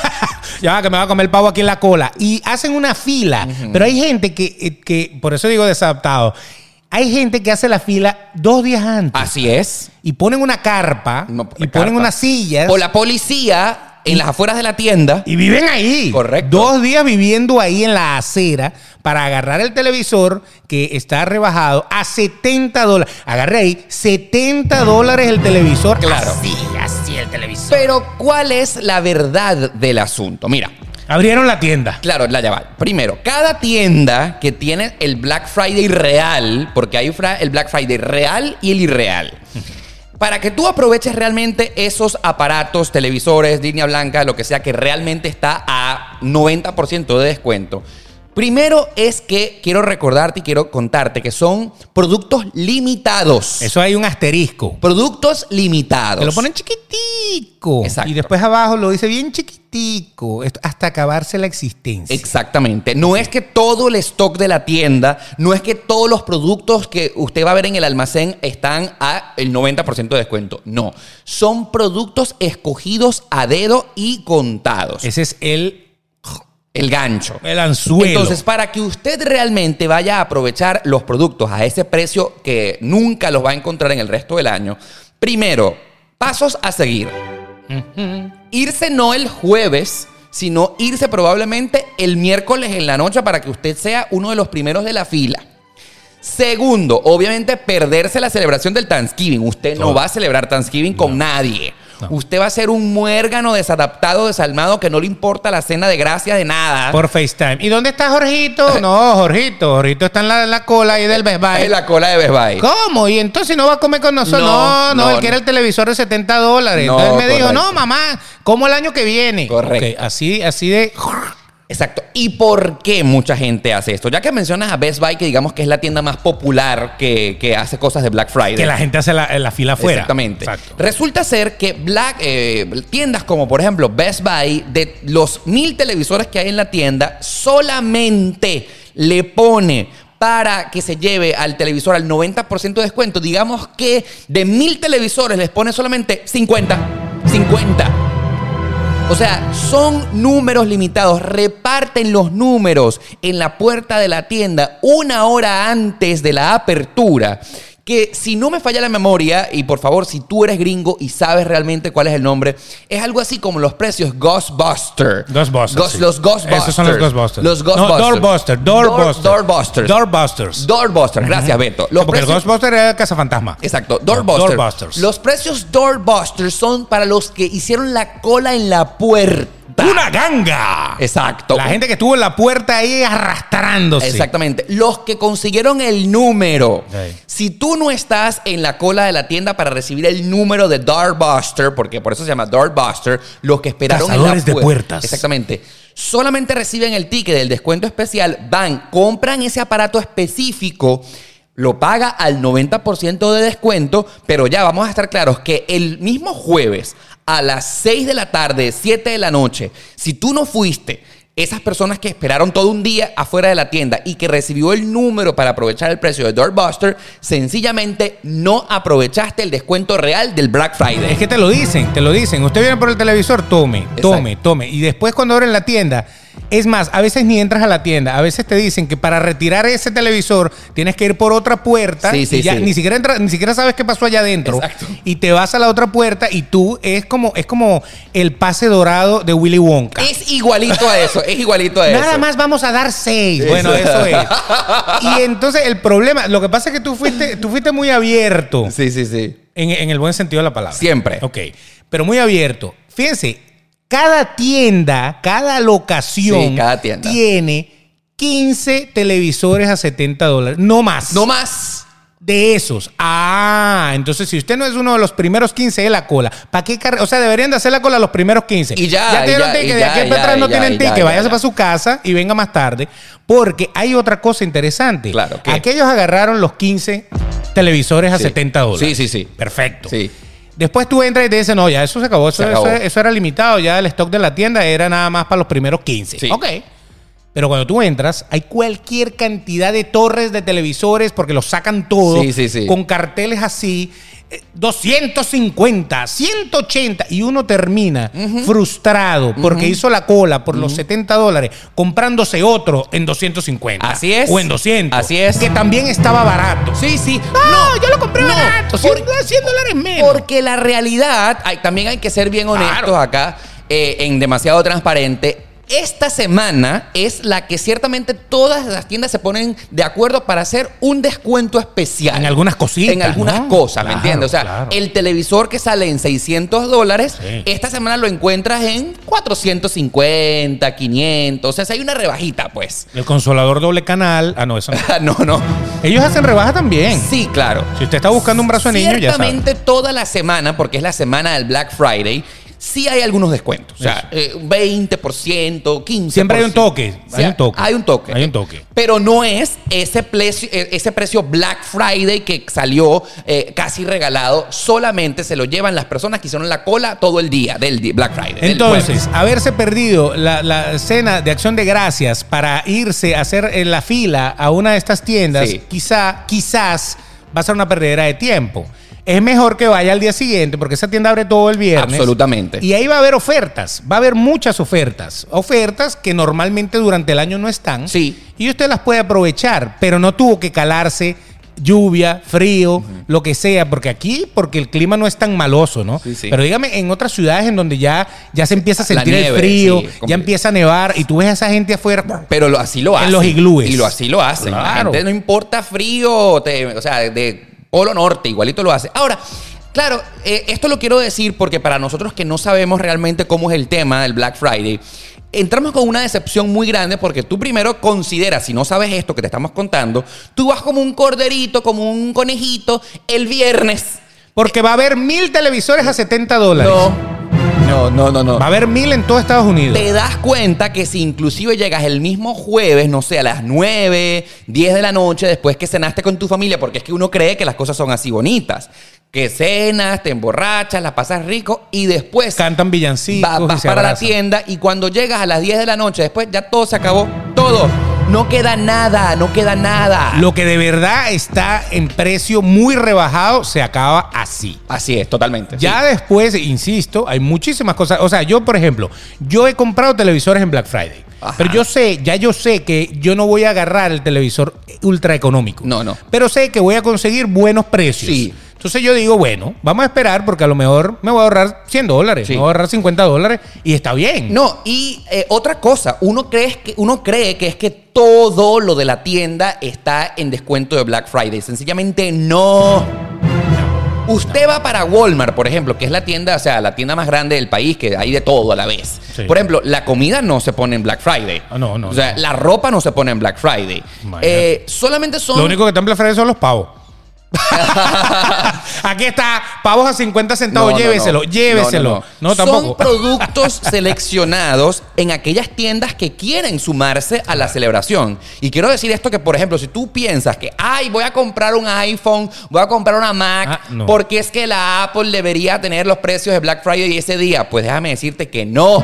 Speaker 2: ya va, que me va a comer el pavo aquí en la cola. Y hacen una fila. Pero hay gente que, eh, que, por eso digo desadaptado, hay gente que hace la fila dos días antes.
Speaker 1: Así es.
Speaker 2: Y ponen una carpa
Speaker 1: Ah, No,
Speaker 2: y
Speaker 1: carta.
Speaker 2: ponen unas sillas.
Speaker 1: O la policía en las afueras de la tienda.
Speaker 2: Y viven ahí.
Speaker 1: Correcto.
Speaker 2: Dos días viviendo ahí en la acera para agarrar el televisor que está rebajado a 70 dólares. Agarré ahí 70 dólares el televisor.
Speaker 1: Claro.
Speaker 2: Así, así el televisor.
Speaker 1: Pero ¿cuál es la verdad del asunto? Mira,
Speaker 2: Abrieron la tienda.
Speaker 1: Claro, la llave. Primero, cada tienda que tiene el Black Friday real, porque hay fra- el Black Friday real y el irreal. Para que tú aproveches realmente esos aparatos, televisores, línea blanca, lo que sea, que realmente está a 90% de descuento. Primero es que quiero recordarte y quiero contarte que son productos limitados.
Speaker 2: Eso hay un asterisco.
Speaker 1: Productos limitados.
Speaker 2: Te lo ponen chiquitico.
Speaker 1: Exacto.
Speaker 2: Y después abajo lo dice bien chiquitico. Esto- Hasta acabarse la existencia.
Speaker 1: Exactamente. No es que todo el stock de la tienda, no es que todos los productos que usted va a ver en el almacén están a el 90% de descuento. No. Son productos escogidos a dedo y contados.
Speaker 2: Ese es el,
Speaker 1: el gancho.
Speaker 2: el anzuelo.
Speaker 1: Entonces, para que usted realmente vaya a aprovechar los productos a ese precio que nunca los va a encontrar en el resto del año, primero, pasos a seguir. Irse no el jueves, sino irse probablemente el miércoles en la noche para que usted sea uno de los primeros de la fila. Segundo, obviamente perderse la celebración del Thanksgiving. Usted no
Speaker 2: Todo.
Speaker 1: va a celebrar Thanksgiving con nadie.
Speaker 2: No.
Speaker 1: Usted va a ser un muérgano desadaptado, desalmado, que no le importa la cena de gracias de nada.
Speaker 2: Por FaceTime. ¿Y dónde está Jorgito? No, Jorgito. Jorgito está en la, en la cola ahí del Best Buy.
Speaker 1: en la cola de Best Buy.
Speaker 2: ¿Cómo? ¿Y entonces no va a comer con nosotros?
Speaker 1: No,
Speaker 2: No, no,
Speaker 1: Eh, no,
Speaker 2: él
Speaker 1: no.
Speaker 2: quiere el televisor de 70 dólares.
Speaker 1: No,
Speaker 2: entonces me dijo,
Speaker 1: correcto.
Speaker 2: no, mamá, como el año que viene.
Speaker 1: Correcto.
Speaker 2: Ok, así, así de...
Speaker 1: Exacto. ¿Y por qué mucha gente hace esto? Ya que mencionas a Best Buy, que digamos que es la tienda más popular que, que hace cosas de Black Friday.
Speaker 2: Que la gente hace la, la fila afuera.
Speaker 1: Exactamente.
Speaker 2: Exacto.
Speaker 1: Resulta ser que Black, eh, tiendas como por ejemplo Best Buy, de los mil televisores que hay en la tienda, solamente le pone para que se lleve al televisor al 90% de descuento, digamos que de mil televisores les pone solamente 50. 50. O sea, son números limitados. Reparten los números en la puerta de la tienda una hora antes de la apertura. que si no me falla la memoria, y por favor, si tú eres gringo y sabes realmente cuál es el nombre, es algo así como los precios Ghostbuster.
Speaker 2: Ghostbusters,
Speaker 1: Ghost-
Speaker 2: sí.
Speaker 1: Los Ghostbusters.
Speaker 2: Esos son los Ghostbusters.
Speaker 1: Los
Speaker 2: No,
Speaker 1: Ghostbusters.
Speaker 2: Doorbusters, Doorbusters.
Speaker 1: Door- Doorbusters.
Speaker 2: Doorbusters.
Speaker 1: Doorbusters. Gracias, Beto. Los
Speaker 2: Porque el
Speaker 1: precios-
Speaker 2: Ghostbuster era el cazafantasma.
Speaker 1: Exacto, Doorbusters.
Speaker 2: Doorbusters.
Speaker 1: Los precios Doorbusters son para los que hicieron la cola en la puerta.
Speaker 2: ¡Una ganga!
Speaker 1: Exacto.
Speaker 2: La gente que estuvo en la puerta ahí arrastrándose.
Speaker 1: Exactamente. Los que consiguieron el número.
Speaker 2: Sí.
Speaker 1: Si tú no estás en la cola de la tienda para recibir el número de Darkbuster, porque por eso se llama Darkbuster, los que esperaron
Speaker 2: Cazadores
Speaker 1: en la
Speaker 2: de
Speaker 1: puer-
Speaker 2: puertas.
Speaker 1: Exactamente. Solamente reciben el ticket del descuento especial, van, compran ese aparato específico, lo paga al 90% de descuento, pero ya vamos a estar claros que el mismo jueves a las 6 de la tarde, 7 de la noche, si tú no fuiste esas personas que esperaron todo un día afuera de la tienda y que recibió el número para aprovechar el precio de Doorbuster, sencillamente no aprovechaste el descuento real del Black Friday.
Speaker 2: Es que te lo dicen, te lo dicen. Usted viene por el televisor, tome, tome, tome. Y después cuando abren la tienda, es más, a veces ni entras a la tienda. A veces te dicen que para retirar ese televisor tienes que ir por otra puerta.
Speaker 1: Sí, sí,
Speaker 2: y ya
Speaker 1: sí.
Speaker 2: Ni, siquiera entra- ni siquiera sabes qué pasó allá adentro.
Speaker 1: Exacto.
Speaker 2: Y te vas a la otra puerta y tú es como, es como el pase dorado de Willy Wonka.
Speaker 1: Es igualito a eso, es igualito a eso.
Speaker 2: Nada más vamos a dar seis.
Speaker 1: Eso.
Speaker 2: Bueno, eso es. Y entonces el problema, lo que pasa es que tú fuiste, tú fuiste muy abierto.
Speaker 1: Sí, sí, sí.
Speaker 2: En, en el buen sentido de la palabra.
Speaker 1: Siempre.
Speaker 2: Ok. Pero muy abierto. Fíjense, cada tienda, cada locación
Speaker 1: Sí, cada tienda.
Speaker 2: tiene 15 televisores a 70 dólares. No más.
Speaker 1: No más.
Speaker 2: De esos. Ah, entonces si usted no es uno de los primeros 15 de la cola, ¿para qué carre- O sea, deberían de hacer la cola los primeros 15.
Speaker 1: Y ya,
Speaker 2: Ya
Speaker 1: y
Speaker 2: tienen
Speaker 1: ya,
Speaker 2: ticket,
Speaker 1: y
Speaker 2: de
Speaker 1: ya,
Speaker 2: aquí
Speaker 1: y
Speaker 2: para
Speaker 1: ya,
Speaker 2: atrás no
Speaker 1: y ya,
Speaker 2: tienen
Speaker 1: y ya,
Speaker 2: ticket.
Speaker 1: ya,
Speaker 2: Váyase
Speaker 1: ya.
Speaker 2: para su casa y venga más tarde. Porque hay otra cosa interesante.
Speaker 1: Claro, ¿qué?
Speaker 2: Aquellos agarraron los 15 televisores a
Speaker 1: Sí.
Speaker 2: 70
Speaker 1: Sí,
Speaker 2: dólares.
Speaker 1: sí, sí.
Speaker 2: Perfecto.
Speaker 1: Sí.
Speaker 2: Después tú entras y te dicen, no, ya eso se acabó, eso,
Speaker 1: Se acabó.
Speaker 2: eso- eso era limitado, ya el stock de la tienda era nada más para los primeros 15.
Speaker 1: Sí.
Speaker 2: Ok. Pero cuando tú entras, hay cualquier cantidad de torres de televisores porque los sacan todo
Speaker 1: Sí, sí, sí.
Speaker 2: con carteles así, eh, 250, 180 y uno termina frustrado porque hizo la cola por los 70 dólares comprándose otro en 250.
Speaker 1: Así es.
Speaker 2: O en 200.
Speaker 1: Así es.
Speaker 2: Que también estaba barato.
Speaker 1: Sí, sí.
Speaker 2: No, yo lo compré
Speaker 1: No,
Speaker 2: barato,
Speaker 1: por-
Speaker 2: 100 dólares menos.
Speaker 1: Porque la realidad, hay- también hay que ser bien honestos
Speaker 2: Claro.
Speaker 1: acá, eh, en demasiado transparente. Esta semana es la que ciertamente todas las tiendas se ponen de acuerdo para hacer un descuento especial.
Speaker 2: En algunas cositas,
Speaker 1: En algunas
Speaker 2: ¿no?
Speaker 1: cosas, ¿me
Speaker 2: Claro,
Speaker 1: entiendes? O sea,
Speaker 2: claro.
Speaker 1: el televisor que sale en 600 dólares,
Speaker 2: Sí.
Speaker 1: esta semana lo encuentras en 450, 500. O sea, si hay una rebajita, pues.
Speaker 2: El consolador doble canal. Ah, no, eso no.
Speaker 1: no, no.
Speaker 2: Ellos hacen rebaja también.
Speaker 1: Sí, claro.
Speaker 2: Si usted está buscando un brazo de niño, ya sabe.
Speaker 1: Ciertamente toda la semana, porque es la semana del Black Friday, sí hay algunos descuentos. O sea, eh, 20%, 15%.
Speaker 2: Siempre hay un toque,
Speaker 1: O sea,
Speaker 2: hay un toque.
Speaker 1: Hay un toque.
Speaker 2: Hay un toque.
Speaker 1: Pero no es ese precio, eh, ese precio Black Friday que salió eh, casi regalado. Solamente se lo llevan las personas que hicieron la cola todo el día del di- Black Friday. del jueves.
Speaker 2: Entonces, haberse perdido la, la cena de acción de gracias para irse a hacer en la fila a una de estas tiendas,
Speaker 1: Sí.
Speaker 2: quizá, quizás va a ser una perdedera de tiempo. Es mejor que vaya al día siguiente porque esa tienda abre todo el viernes.
Speaker 1: Absolutamente.
Speaker 2: Y ahí va a haber ofertas, va a haber muchas ofertas. Ofertas que normalmente durante el año no están.
Speaker 1: Sí.
Speaker 2: Y usted las puede aprovechar, pero no tuvo que calarse lluvia, frío, lo que sea, porque aquí, porque el clima no es tan maloso, ¿no?
Speaker 1: Sí, sí.
Speaker 2: Pero dígame, en otras ciudades en donde ya, ya se empieza a
Speaker 1: La
Speaker 2: sentir el
Speaker 1: nieve,
Speaker 2: frío,
Speaker 1: sí,
Speaker 2: ya
Speaker 1: completo.
Speaker 2: empieza a nevar y tú ves a esa gente afuera.
Speaker 1: Pero lo- así lo
Speaker 2: En
Speaker 1: hacen.
Speaker 2: los iglúes.
Speaker 1: Y lo así lo hacen. La
Speaker 2: Claro.
Speaker 1: gente no importa frío, te- o sea, de Polo Norte, igualito lo hace. Ahora, claro, eh, esto lo quiero decir porque para nosotros que no sabemos realmente cómo es el tema del Black Friday, entramos con una decepción muy grande porque tú primero consideras, si no sabes esto que te estamos contando, tú vas como un corderito, como un conejito, el viernes.
Speaker 2: Porque va a haber mil televisores a 70 dólares.
Speaker 1: No, no, no, no, no.
Speaker 2: Va a haber mil en todo Estados Unidos.
Speaker 1: Te das cuenta que si inclusive llegas el mismo jueves, no sé, a las 9, 10 de la noche, después que cenaste con tu familia, porque es que uno cree que las cosas son así bonitas. Que cenas, te emborrachas, la pasas rico y después
Speaker 2: Cantan villancicos.
Speaker 1: va-
Speaker 2: y
Speaker 1: vas
Speaker 2: se
Speaker 1: para la
Speaker 2: abrazan.
Speaker 1: tienda y cuando llegas a las 10 de la noche, después ya todo se acabó, todo. No queda nada, no queda nada.
Speaker 2: Lo que de verdad está en precio muy rebajado se acaba así.
Speaker 1: Así es, totalmente.
Speaker 2: Ya después, insisto, hay muchísimas cosas. O sea, yo, por ejemplo, yo he comprado televisores en Black Friday.
Speaker 1: Ajá.
Speaker 2: Pero yo sé, ya yo sé que yo no voy a agarrar el televisor ultra económico.
Speaker 1: No, no.
Speaker 2: Pero sé que voy a conseguir buenos precios.
Speaker 1: Sí.
Speaker 2: Entonces yo digo, bueno, vamos a esperar porque a lo mejor me voy a ahorrar 100 dólares,
Speaker 1: Sí.
Speaker 2: me voy a ahorrar 50 dólares y está bien.
Speaker 1: No, y eh, otra cosa, uno cree, que, uno cree que es que todo lo de la tienda está en descuento de Black Friday. Sencillamente no. Usted va para Walmart, por ejemplo, que es la tienda, o sea, la tienda más grande del país, que hay de todo a la vez.
Speaker 2: Sí.
Speaker 1: Por ejemplo, la comida no se pone en Black Friday.
Speaker 2: Ah, no, no,
Speaker 1: O sea,
Speaker 2: no.
Speaker 1: la ropa no se pone en Black Friday.
Speaker 2: Imagínate.
Speaker 1: Eh, solamente son.
Speaker 2: Lo único que está en Black Friday son los pavos. Aquí está, pavos a 50 centavos,
Speaker 1: No, no,
Speaker 2: lléveselo,
Speaker 1: no.
Speaker 2: lléveselo. No,
Speaker 1: no, no. Son
Speaker 2: tampoco.
Speaker 1: productos seleccionados en aquellas tiendas que quieren sumarse a la celebración. Y quiero decir esto que, por ejemplo, si tú piensas que, ay, voy a comprar un iPhone, voy a comprar una Mac,
Speaker 2: Ah, no.
Speaker 1: porque es que la Apple debería tener los precios de Black Friday ese día, pues déjame decirte que no.
Speaker 2: No.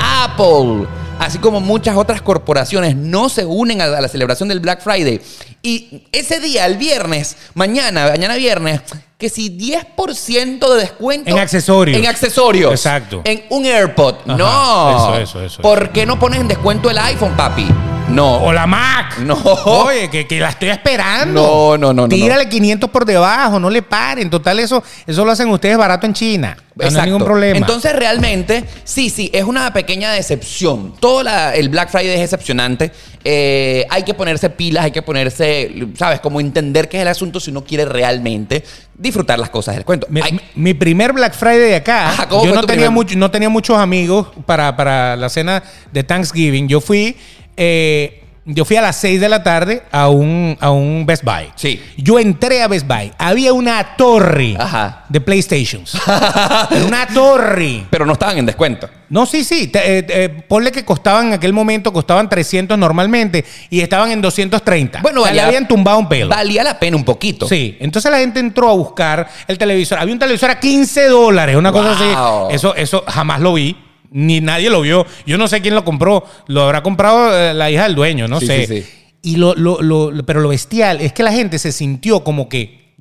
Speaker 1: Apple, así como muchas otras corporaciones, no se unen a la celebración del Black Friday. Y ese día, el viernes, mañana, mañana viernes, que si 10% de descuento.
Speaker 2: En accesorios.
Speaker 1: En accesorios.
Speaker 2: Exacto.
Speaker 1: En un AirPod.
Speaker 2: Ajá,
Speaker 1: no.
Speaker 2: eso, eso, eso,
Speaker 1: ¿Por qué no pones en descuento el iPhone, papi? No.
Speaker 2: O la Mac.
Speaker 1: No.
Speaker 2: Oye, que, que la estoy esperando.
Speaker 1: No, no, no, no,
Speaker 2: Tírale 500 por debajo, no le paren. Total, eso, eso lo hacen ustedes barato en China. No, No
Speaker 1: Exacto.
Speaker 2: hay ningún problema.
Speaker 1: Entonces, realmente, sí, sí, es una pequeña decepción. Todo la- el Black Friday es decepcionante. Eh, hay que ponerse pilas, hay que ponerse, ¿sabes? Como entender qué es el asunto si uno quiere realmente disfrutar las cosas del cuento.
Speaker 2: mi,
Speaker 1: Ay,
Speaker 2: mi- mi primer Black Friday de acá,
Speaker 1: Ajá, ¿cómo
Speaker 2: yo
Speaker 1: fue
Speaker 2: no
Speaker 1: tu
Speaker 2: tenía,
Speaker 1: primer-
Speaker 2: mucho, no tenía muchos amigos para, para la cena de Thanksgiving. Yo fui, eh, yo fui a las 6 de la tarde a un, a un Best Buy.
Speaker 1: Sí.
Speaker 2: Yo entré a Best Buy. Había una torre
Speaker 1: Ajá.
Speaker 2: de PlayStations. Era una torre.
Speaker 1: pero no estaban en descuento.
Speaker 2: No, sí, sí. Te- eh, eh, ponle que costaban en aquel momento, costaban 300 normalmente y estaban en 230.
Speaker 1: Bueno,
Speaker 2: O sea, le
Speaker 1: valía-
Speaker 2: habían tumbado un pelo.
Speaker 1: Valía la pena un poquito.
Speaker 2: Sí, entonces la gente entró a buscar el televisor. Había un televisor a 15 dólares, una cosa
Speaker 1: Wow.
Speaker 2: así. Eso, eso jamás lo vi, ni nadie lo vio. Yo no sé quién lo compró. Lo habrá comprado eh, la hija del dueño, no
Speaker 1: Sí,
Speaker 2: sé.
Speaker 1: sí, sí.
Speaker 2: Y lo, lo- lo- lo- pero lo bestial es que la gente se sintió como que,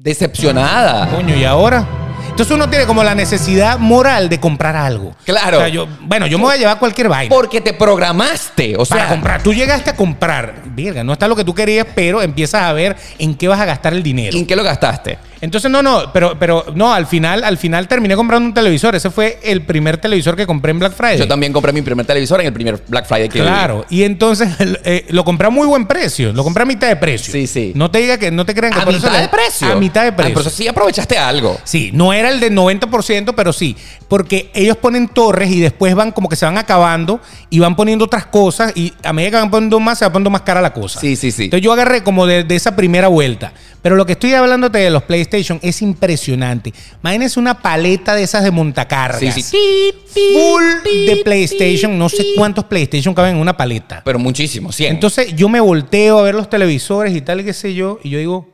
Speaker 1: Decepcionada.
Speaker 2: coño, ¿y ahora? Entonces uno tiene como la necesidad moral de comprar algo.
Speaker 1: Claro.
Speaker 2: O sea, yo- bueno, yo me voy a llevar cualquier vaina.
Speaker 1: Porque te programaste. O sea,
Speaker 2: Para comprar. Tú llegaste a comprar. Verga, no está lo que tú querías, pero empiezas a ver en qué vas a gastar el dinero.
Speaker 1: ¿y ¿en qué lo gastaste?
Speaker 2: Entonces, no, no, pero, pero no, al final, al final terminé comprando un televisor. Ese fue el primer televisor que compré en Black Friday.
Speaker 1: Yo también compré mi primer televisor en el primer Black Friday que
Speaker 2: Claro, y entonces eh, lo compré a muy buen precio, lo compré a mitad de precio.
Speaker 1: Sí, sí.
Speaker 2: No te diga que no te crean que
Speaker 1: A
Speaker 2: por eso
Speaker 1: mitad
Speaker 2: le-
Speaker 1: de precio.
Speaker 2: A mitad de
Speaker 1: Ah, pero
Speaker 2: precio.
Speaker 1: eso sí aprovechaste algo.
Speaker 2: Sí, no era el del 90%, pero sí. Porque ellos ponen torres y después van como que se van acabando y van poniendo otras cosas y a medida que van poniendo más, se va poniendo más cara la cosa.
Speaker 1: Sí, sí, sí.
Speaker 2: Entonces yo agarré como de, de esa primera vuelta. Pero lo que estoy hablándote de los PlayStation es impresionante. Imagínense una paleta de esas de montacargas.
Speaker 1: Sí, sí.
Speaker 2: Full de PlayStation. No sé cuántos PlayStation caben en una paleta.
Speaker 1: Pero muchísimo, 100.
Speaker 2: Entonces yo me volteo a ver los televisores y tal, y qué sé yo, y yo digo,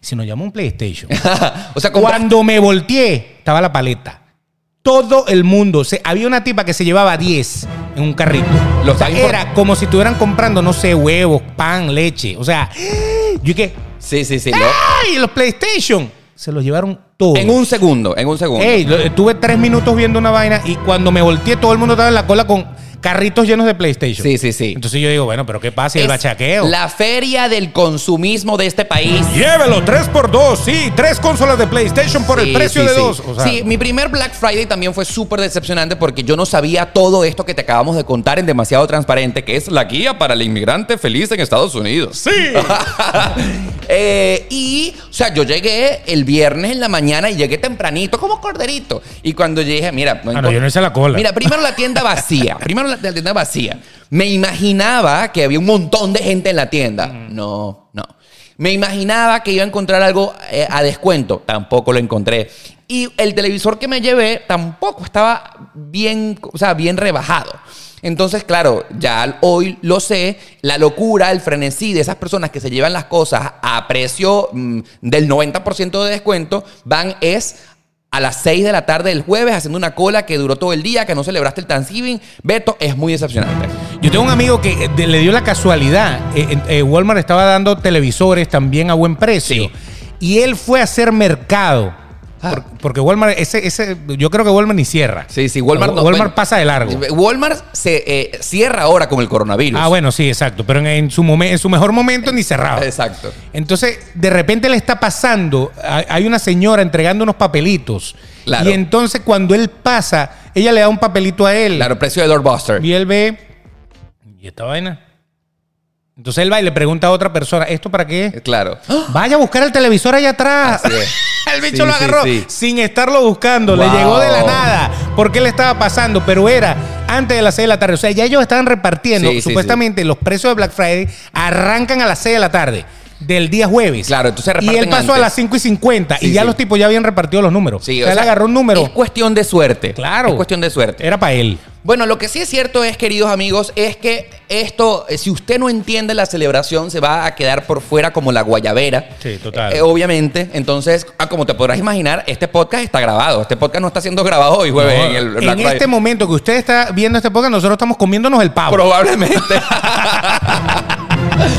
Speaker 2: si nos llama un PlayStation.
Speaker 1: o sea, compras-
Speaker 2: Cuando me volteé, estaba la paleta. Todo el mundo. se- había una tipa que se llevaba 10 en un carrito.
Speaker 1: Los
Speaker 2: O sea,
Speaker 1: tan impor-
Speaker 2: era como si estuvieran comprando, no sé, huevos, pan, leche. O sea, yo que.
Speaker 1: Sí, sí, sí. lo-
Speaker 2: ¡Ay! Los PlayStation. Se los llevaron todos.
Speaker 1: En un segundo, en un segundo.
Speaker 2: Ey, lo- estuve tres minutos viendo una vaina y cuando me volteé, todo el mundo estaba en la cola con carritos llenos de PlayStation.
Speaker 1: Sí, sí, sí.
Speaker 2: Entonces yo digo, bueno, pero ¿qué pasa? ¿Y
Speaker 1: Es
Speaker 2: el bachaqueo?
Speaker 1: La feria del consumismo de este país.
Speaker 2: Llévelo, 3x2, sí, tres consolas de PlayStation por
Speaker 1: Sí,
Speaker 2: el precio
Speaker 1: sí,
Speaker 2: de
Speaker 1: sí.
Speaker 2: dos. O sea,
Speaker 1: sí, mi primer Black Friday también fue súper decepcionante porque yo no sabía todo esto que te acabamos de contar en demasiado transparente, que es la guía para el inmigrante feliz en Estados Unidos.
Speaker 2: sí.
Speaker 1: Eh, y, o sea, yo llegué el viernes en la mañana y llegué tempranito, como corderito. Y cuando llegué, mira,
Speaker 2: Ah, no, yo no hice la cola.
Speaker 1: Mira, primero la tienda vacía. primero la, la tienda vacía. Me imaginaba que había un montón de gente en la tienda. No, no. Me imaginaba que iba a encontrar algo eh, a descuento. Tampoco lo encontré. Y el televisor que me llevé tampoco estaba bien, o sea, bien rebajado. Entonces, claro, ya hoy lo sé, la locura, el frenesí de esas personas que se llevan las cosas a precio mm, del 90% de descuento, van es a las 6 de la tarde del jueves haciendo una cola que duró todo el día, que no celebraste el Thanksgiving. Beto, es muy decepcionante.
Speaker 2: Yo tengo un amigo que eh, de- le dio la casualidad. eh, eh, Walmart estaba dando televisores también a buen precio.
Speaker 1: Sí.
Speaker 2: Y él fue a hacer mercado
Speaker 1: Ah.
Speaker 2: Por- porque Walmart, ese, ese, yo creo que Walmart ni cierra.
Speaker 1: Sí, sí, Walmart no-
Speaker 2: Walmart
Speaker 1: bueno,
Speaker 2: pasa de largo.
Speaker 1: Walmart se eh, cierra ahora con el coronavirus.
Speaker 2: Ah, bueno, sí, exacto. Pero en, en su, momen- en su mejor momento ni cerraba.
Speaker 1: Exacto.
Speaker 2: Entonces, de repente le está pasando, hay hay una señora entregando unos papelitos.
Speaker 1: Claro.
Speaker 2: Y entonces cuando él pasa, ella le da un papelito a él.
Speaker 1: Claro, precio de Doorbuster.
Speaker 2: Y él ve, ¿y esta vaina? Buster. Entonces él va y le pregunta a otra persona, ¿esto para qué?
Speaker 1: Eh, Claro.
Speaker 2: Vaya a buscar el televisor allá atrás.
Speaker 1: Así es.
Speaker 2: el bicho
Speaker 1: Sí,
Speaker 2: lo
Speaker 1: sí,
Speaker 2: agarró
Speaker 1: sí.
Speaker 2: sin estarlo buscando. Le
Speaker 1: Wow.
Speaker 2: llegó de la nada. Porque le estaba pasando, pero era antes de las 6 de la tarde. O sea, ya ellos estaban repartiendo.
Speaker 1: Sí, sí,
Speaker 2: Supuestamente los precios de Black Friday arrancan a las 6 de la tarde del día jueves.
Speaker 1: Claro, entonces
Speaker 2: Y
Speaker 1: reparten
Speaker 2: él pasó a
Speaker 1: antes.
Speaker 2: las 5 y 50 y
Speaker 1: Sí,
Speaker 2: ya
Speaker 1: sí.
Speaker 2: los tipos ya habían repartido los números.
Speaker 1: Sí, o
Speaker 2: o sea, él
Speaker 1: sea,
Speaker 2: agarró un número.
Speaker 1: Es cuestión de suerte.
Speaker 2: Claro.
Speaker 1: Es cuestión de suerte.
Speaker 2: Era para él.
Speaker 1: Bueno, lo que sí es cierto es, queridos amigos, es que esto, eh, si usted no entiende la celebración, se va a quedar por fuera como la guayabera.
Speaker 2: Sí, total.
Speaker 1: Eh, obviamente. Entonces, ah, como te podrás imaginar, este podcast está grabado. Este podcast no está siendo grabado hoy jueves
Speaker 2: No,
Speaker 1: en el
Speaker 2: en
Speaker 1: Black Friday.
Speaker 2: este momento que usted está viendo este podcast, nosotros estamos comiéndonos el pavo.
Speaker 1: Probablemente.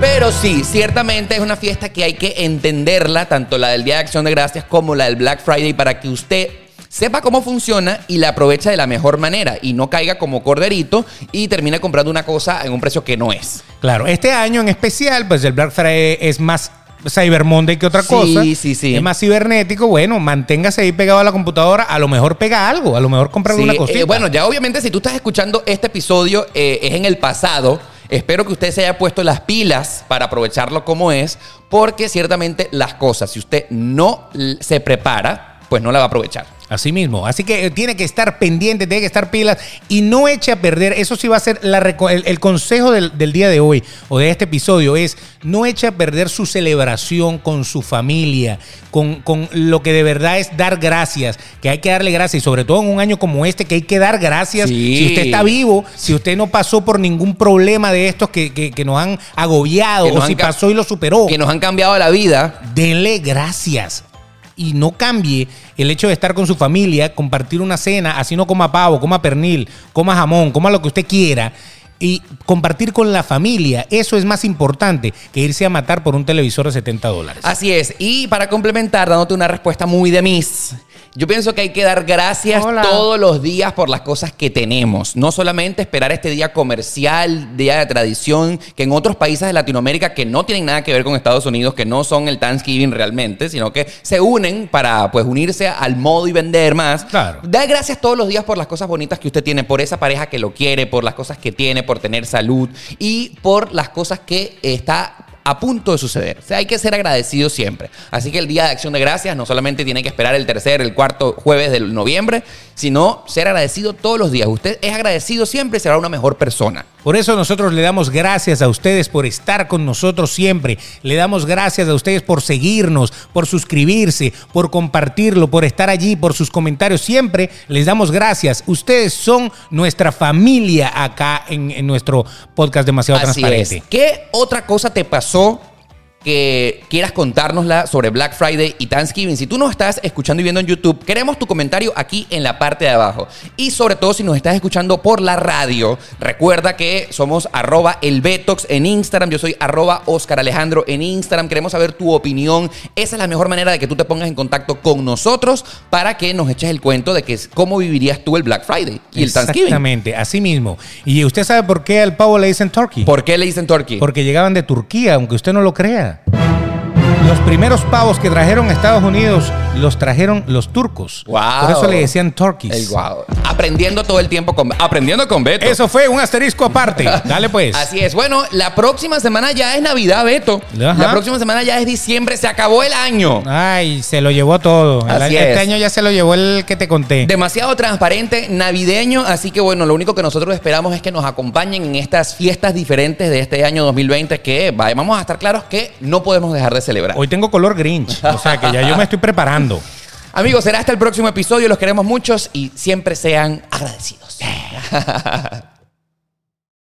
Speaker 1: Pero sí, ciertamente es una fiesta que hay que entenderla, tanto la del Día de Acción de Gracias como la del Black Friday, para que usted sepa cómo funciona y la aprovecha de la mejor manera y no caiga como corderito y termine comprando una cosa en un precio que no es.
Speaker 2: Claro, este año en especial, pues el Black Friday es más Cyber Monday que otra
Speaker 1: Sí,
Speaker 2: cosa.
Speaker 1: sí, sí.
Speaker 2: Es más cibernético. Bueno, manténgase ahí pegado a la computadora. A lo mejor pega algo, a lo mejor compra
Speaker 1: Sí,
Speaker 2: alguna
Speaker 1: eh,
Speaker 2: cosita.
Speaker 1: bueno, ya obviamente si tú estás escuchando este episodio eh, es en el pasado. Espero que usted se haya puesto las pilas para aprovecharlo como es, porque ciertamente las cosas, si usted no l- se prepara, pues no la va a aprovechar.
Speaker 2: Así mismo. Así que eh, tiene que estar pendiente, tiene que estar pilas y no eche a perder. Eso sí va a ser la reco- el, el consejo del, del día de hoy o de este episodio es no eche a perder su celebración con su familia, con, con lo que de verdad es dar gracias, que hay que darle gracias y sobre todo en un año como este que hay que dar gracias.
Speaker 1: Sí.
Speaker 2: Si usted está vivo, si usted no pasó por ningún problema de estos que, que- que nos han agobiado
Speaker 1: Que nos
Speaker 2: o si
Speaker 1: han ca-
Speaker 2: pasó y lo superó
Speaker 1: Que nos han cambiado la vida.
Speaker 2: dele gracias. Y no cambie el hecho de estar con su familia, compartir una cena, así no coma pavo, coma pernil, coma jamón, coma lo que usted quiera. Y compartir con la familia, eso es más importante que irse a matar por un televisor de 70 dólares.
Speaker 1: Así es. Y para complementar, dándote una respuesta muy de mis. Yo pienso que hay que dar gracias
Speaker 2: Hola.
Speaker 1: todos los días por las cosas que tenemos. No solamente esperar este día comercial, día de tradición, que en otros países de Latinoamérica que no tienen nada que ver con Estados Unidos, que no son el Thanksgiving realmente, sino que se unen para pues unirse al modo y vender más.
Speaker 2: Claro.
Speaker 1: Da gracias todos los días por las cosas bonitas que usted tiene, por esa pareja que lo quiere, por las cosas que tiene, por tener salud y por las cosas que está a punto de suceder. O sea, hay que ser agradecido siempre. Así que el Día de Acción de Gracias no solamente tiene que esperar el tercer, el cuarto jueves de noviembre, sino ser agradecido todos los días. Usted es agradecido siempre y será una mejor persona.
Speaker 2: Por eso nosotros le damos gracias a ustedes por estar con nosotros siempre. Le damos gracias a ustedes por seguirnos, por suscribirse, por compartirlo, por estar allí, por sus comentarios. Siempre les damos gracias. Ustedes son nuestra familia acá en, en nuestro podcast Demasiado
Speaker 1: Así
Speaker 2: Transparente.
Speaker 1: es. ¿Qué otra cosa te pasó que quieras contárnosla sobre Black Friday y Thanksgiving? Si tú nos estás escuchando y viendo en YouTube, queremos tu comentario aquí en la parte de abajo. Y sobre todo si nos estás escuchando por la radio, recuerda que somos arroba el Betox en Instagram, yo soy arroba Oscar Alejandro en Instagram, queremos saber tu opinión. Esa es la mejor manera de que tú te pongas en contacto con nosotros para que nos eches el cuento de que es- cómo vivirías tú el Black Friday y el Thanksgiving.
Speaker 2: Exactamente, así mismo. ¿Y usted sabe por qué al pavo le dicen turkey?
Speaker 1: ¿Por qué le dicen Turkey?
Speaker 2: Porque llegaban de Turquía, aunque usted no lo crea. Los primeros pavos que trajeron a Estados Unidos los trajeron los turcos.
Speaker 1: Wow.
Speaker 2: Por eso le decían turkeys.
Speaker 1: El guau. Aprendiendo todo el tiempo con aprendiendo con Beto.
Speaker 2: Eso fue un asterisco aparte. Dale pues.
Speaker 1: Así es. Bueno, la próxima semana ya es Navidad, Beto.
Speaker 2: Ajá.
Speaker 1: La próxima semana ya es diciembre, se acabó el año.
Speaker 2: Ay, se lo llevó todo. El
Speaker 1: Así
Speaker 2: año- este
Speaker 1: es.
Speaker 2: año ya se lo llevó el que te conté.
Speaker 1: Demasiado transparente, navideño, así que bueno, lo único que nosotros esperamos es que nos acompañen en estas fiestas diferentes de este año 2020 que va- vamos a estar claros que no podemos dejar de celebrar.
Speaker 2: Hoy tengo color Grinch. O sea que ya yo me estoy preparando.
Speaker 1: Amigos,
Speaker 2: Eh.
Speaker 1: será hasta el próximo episodio, los queremos muchos y siempre sean agradecidos.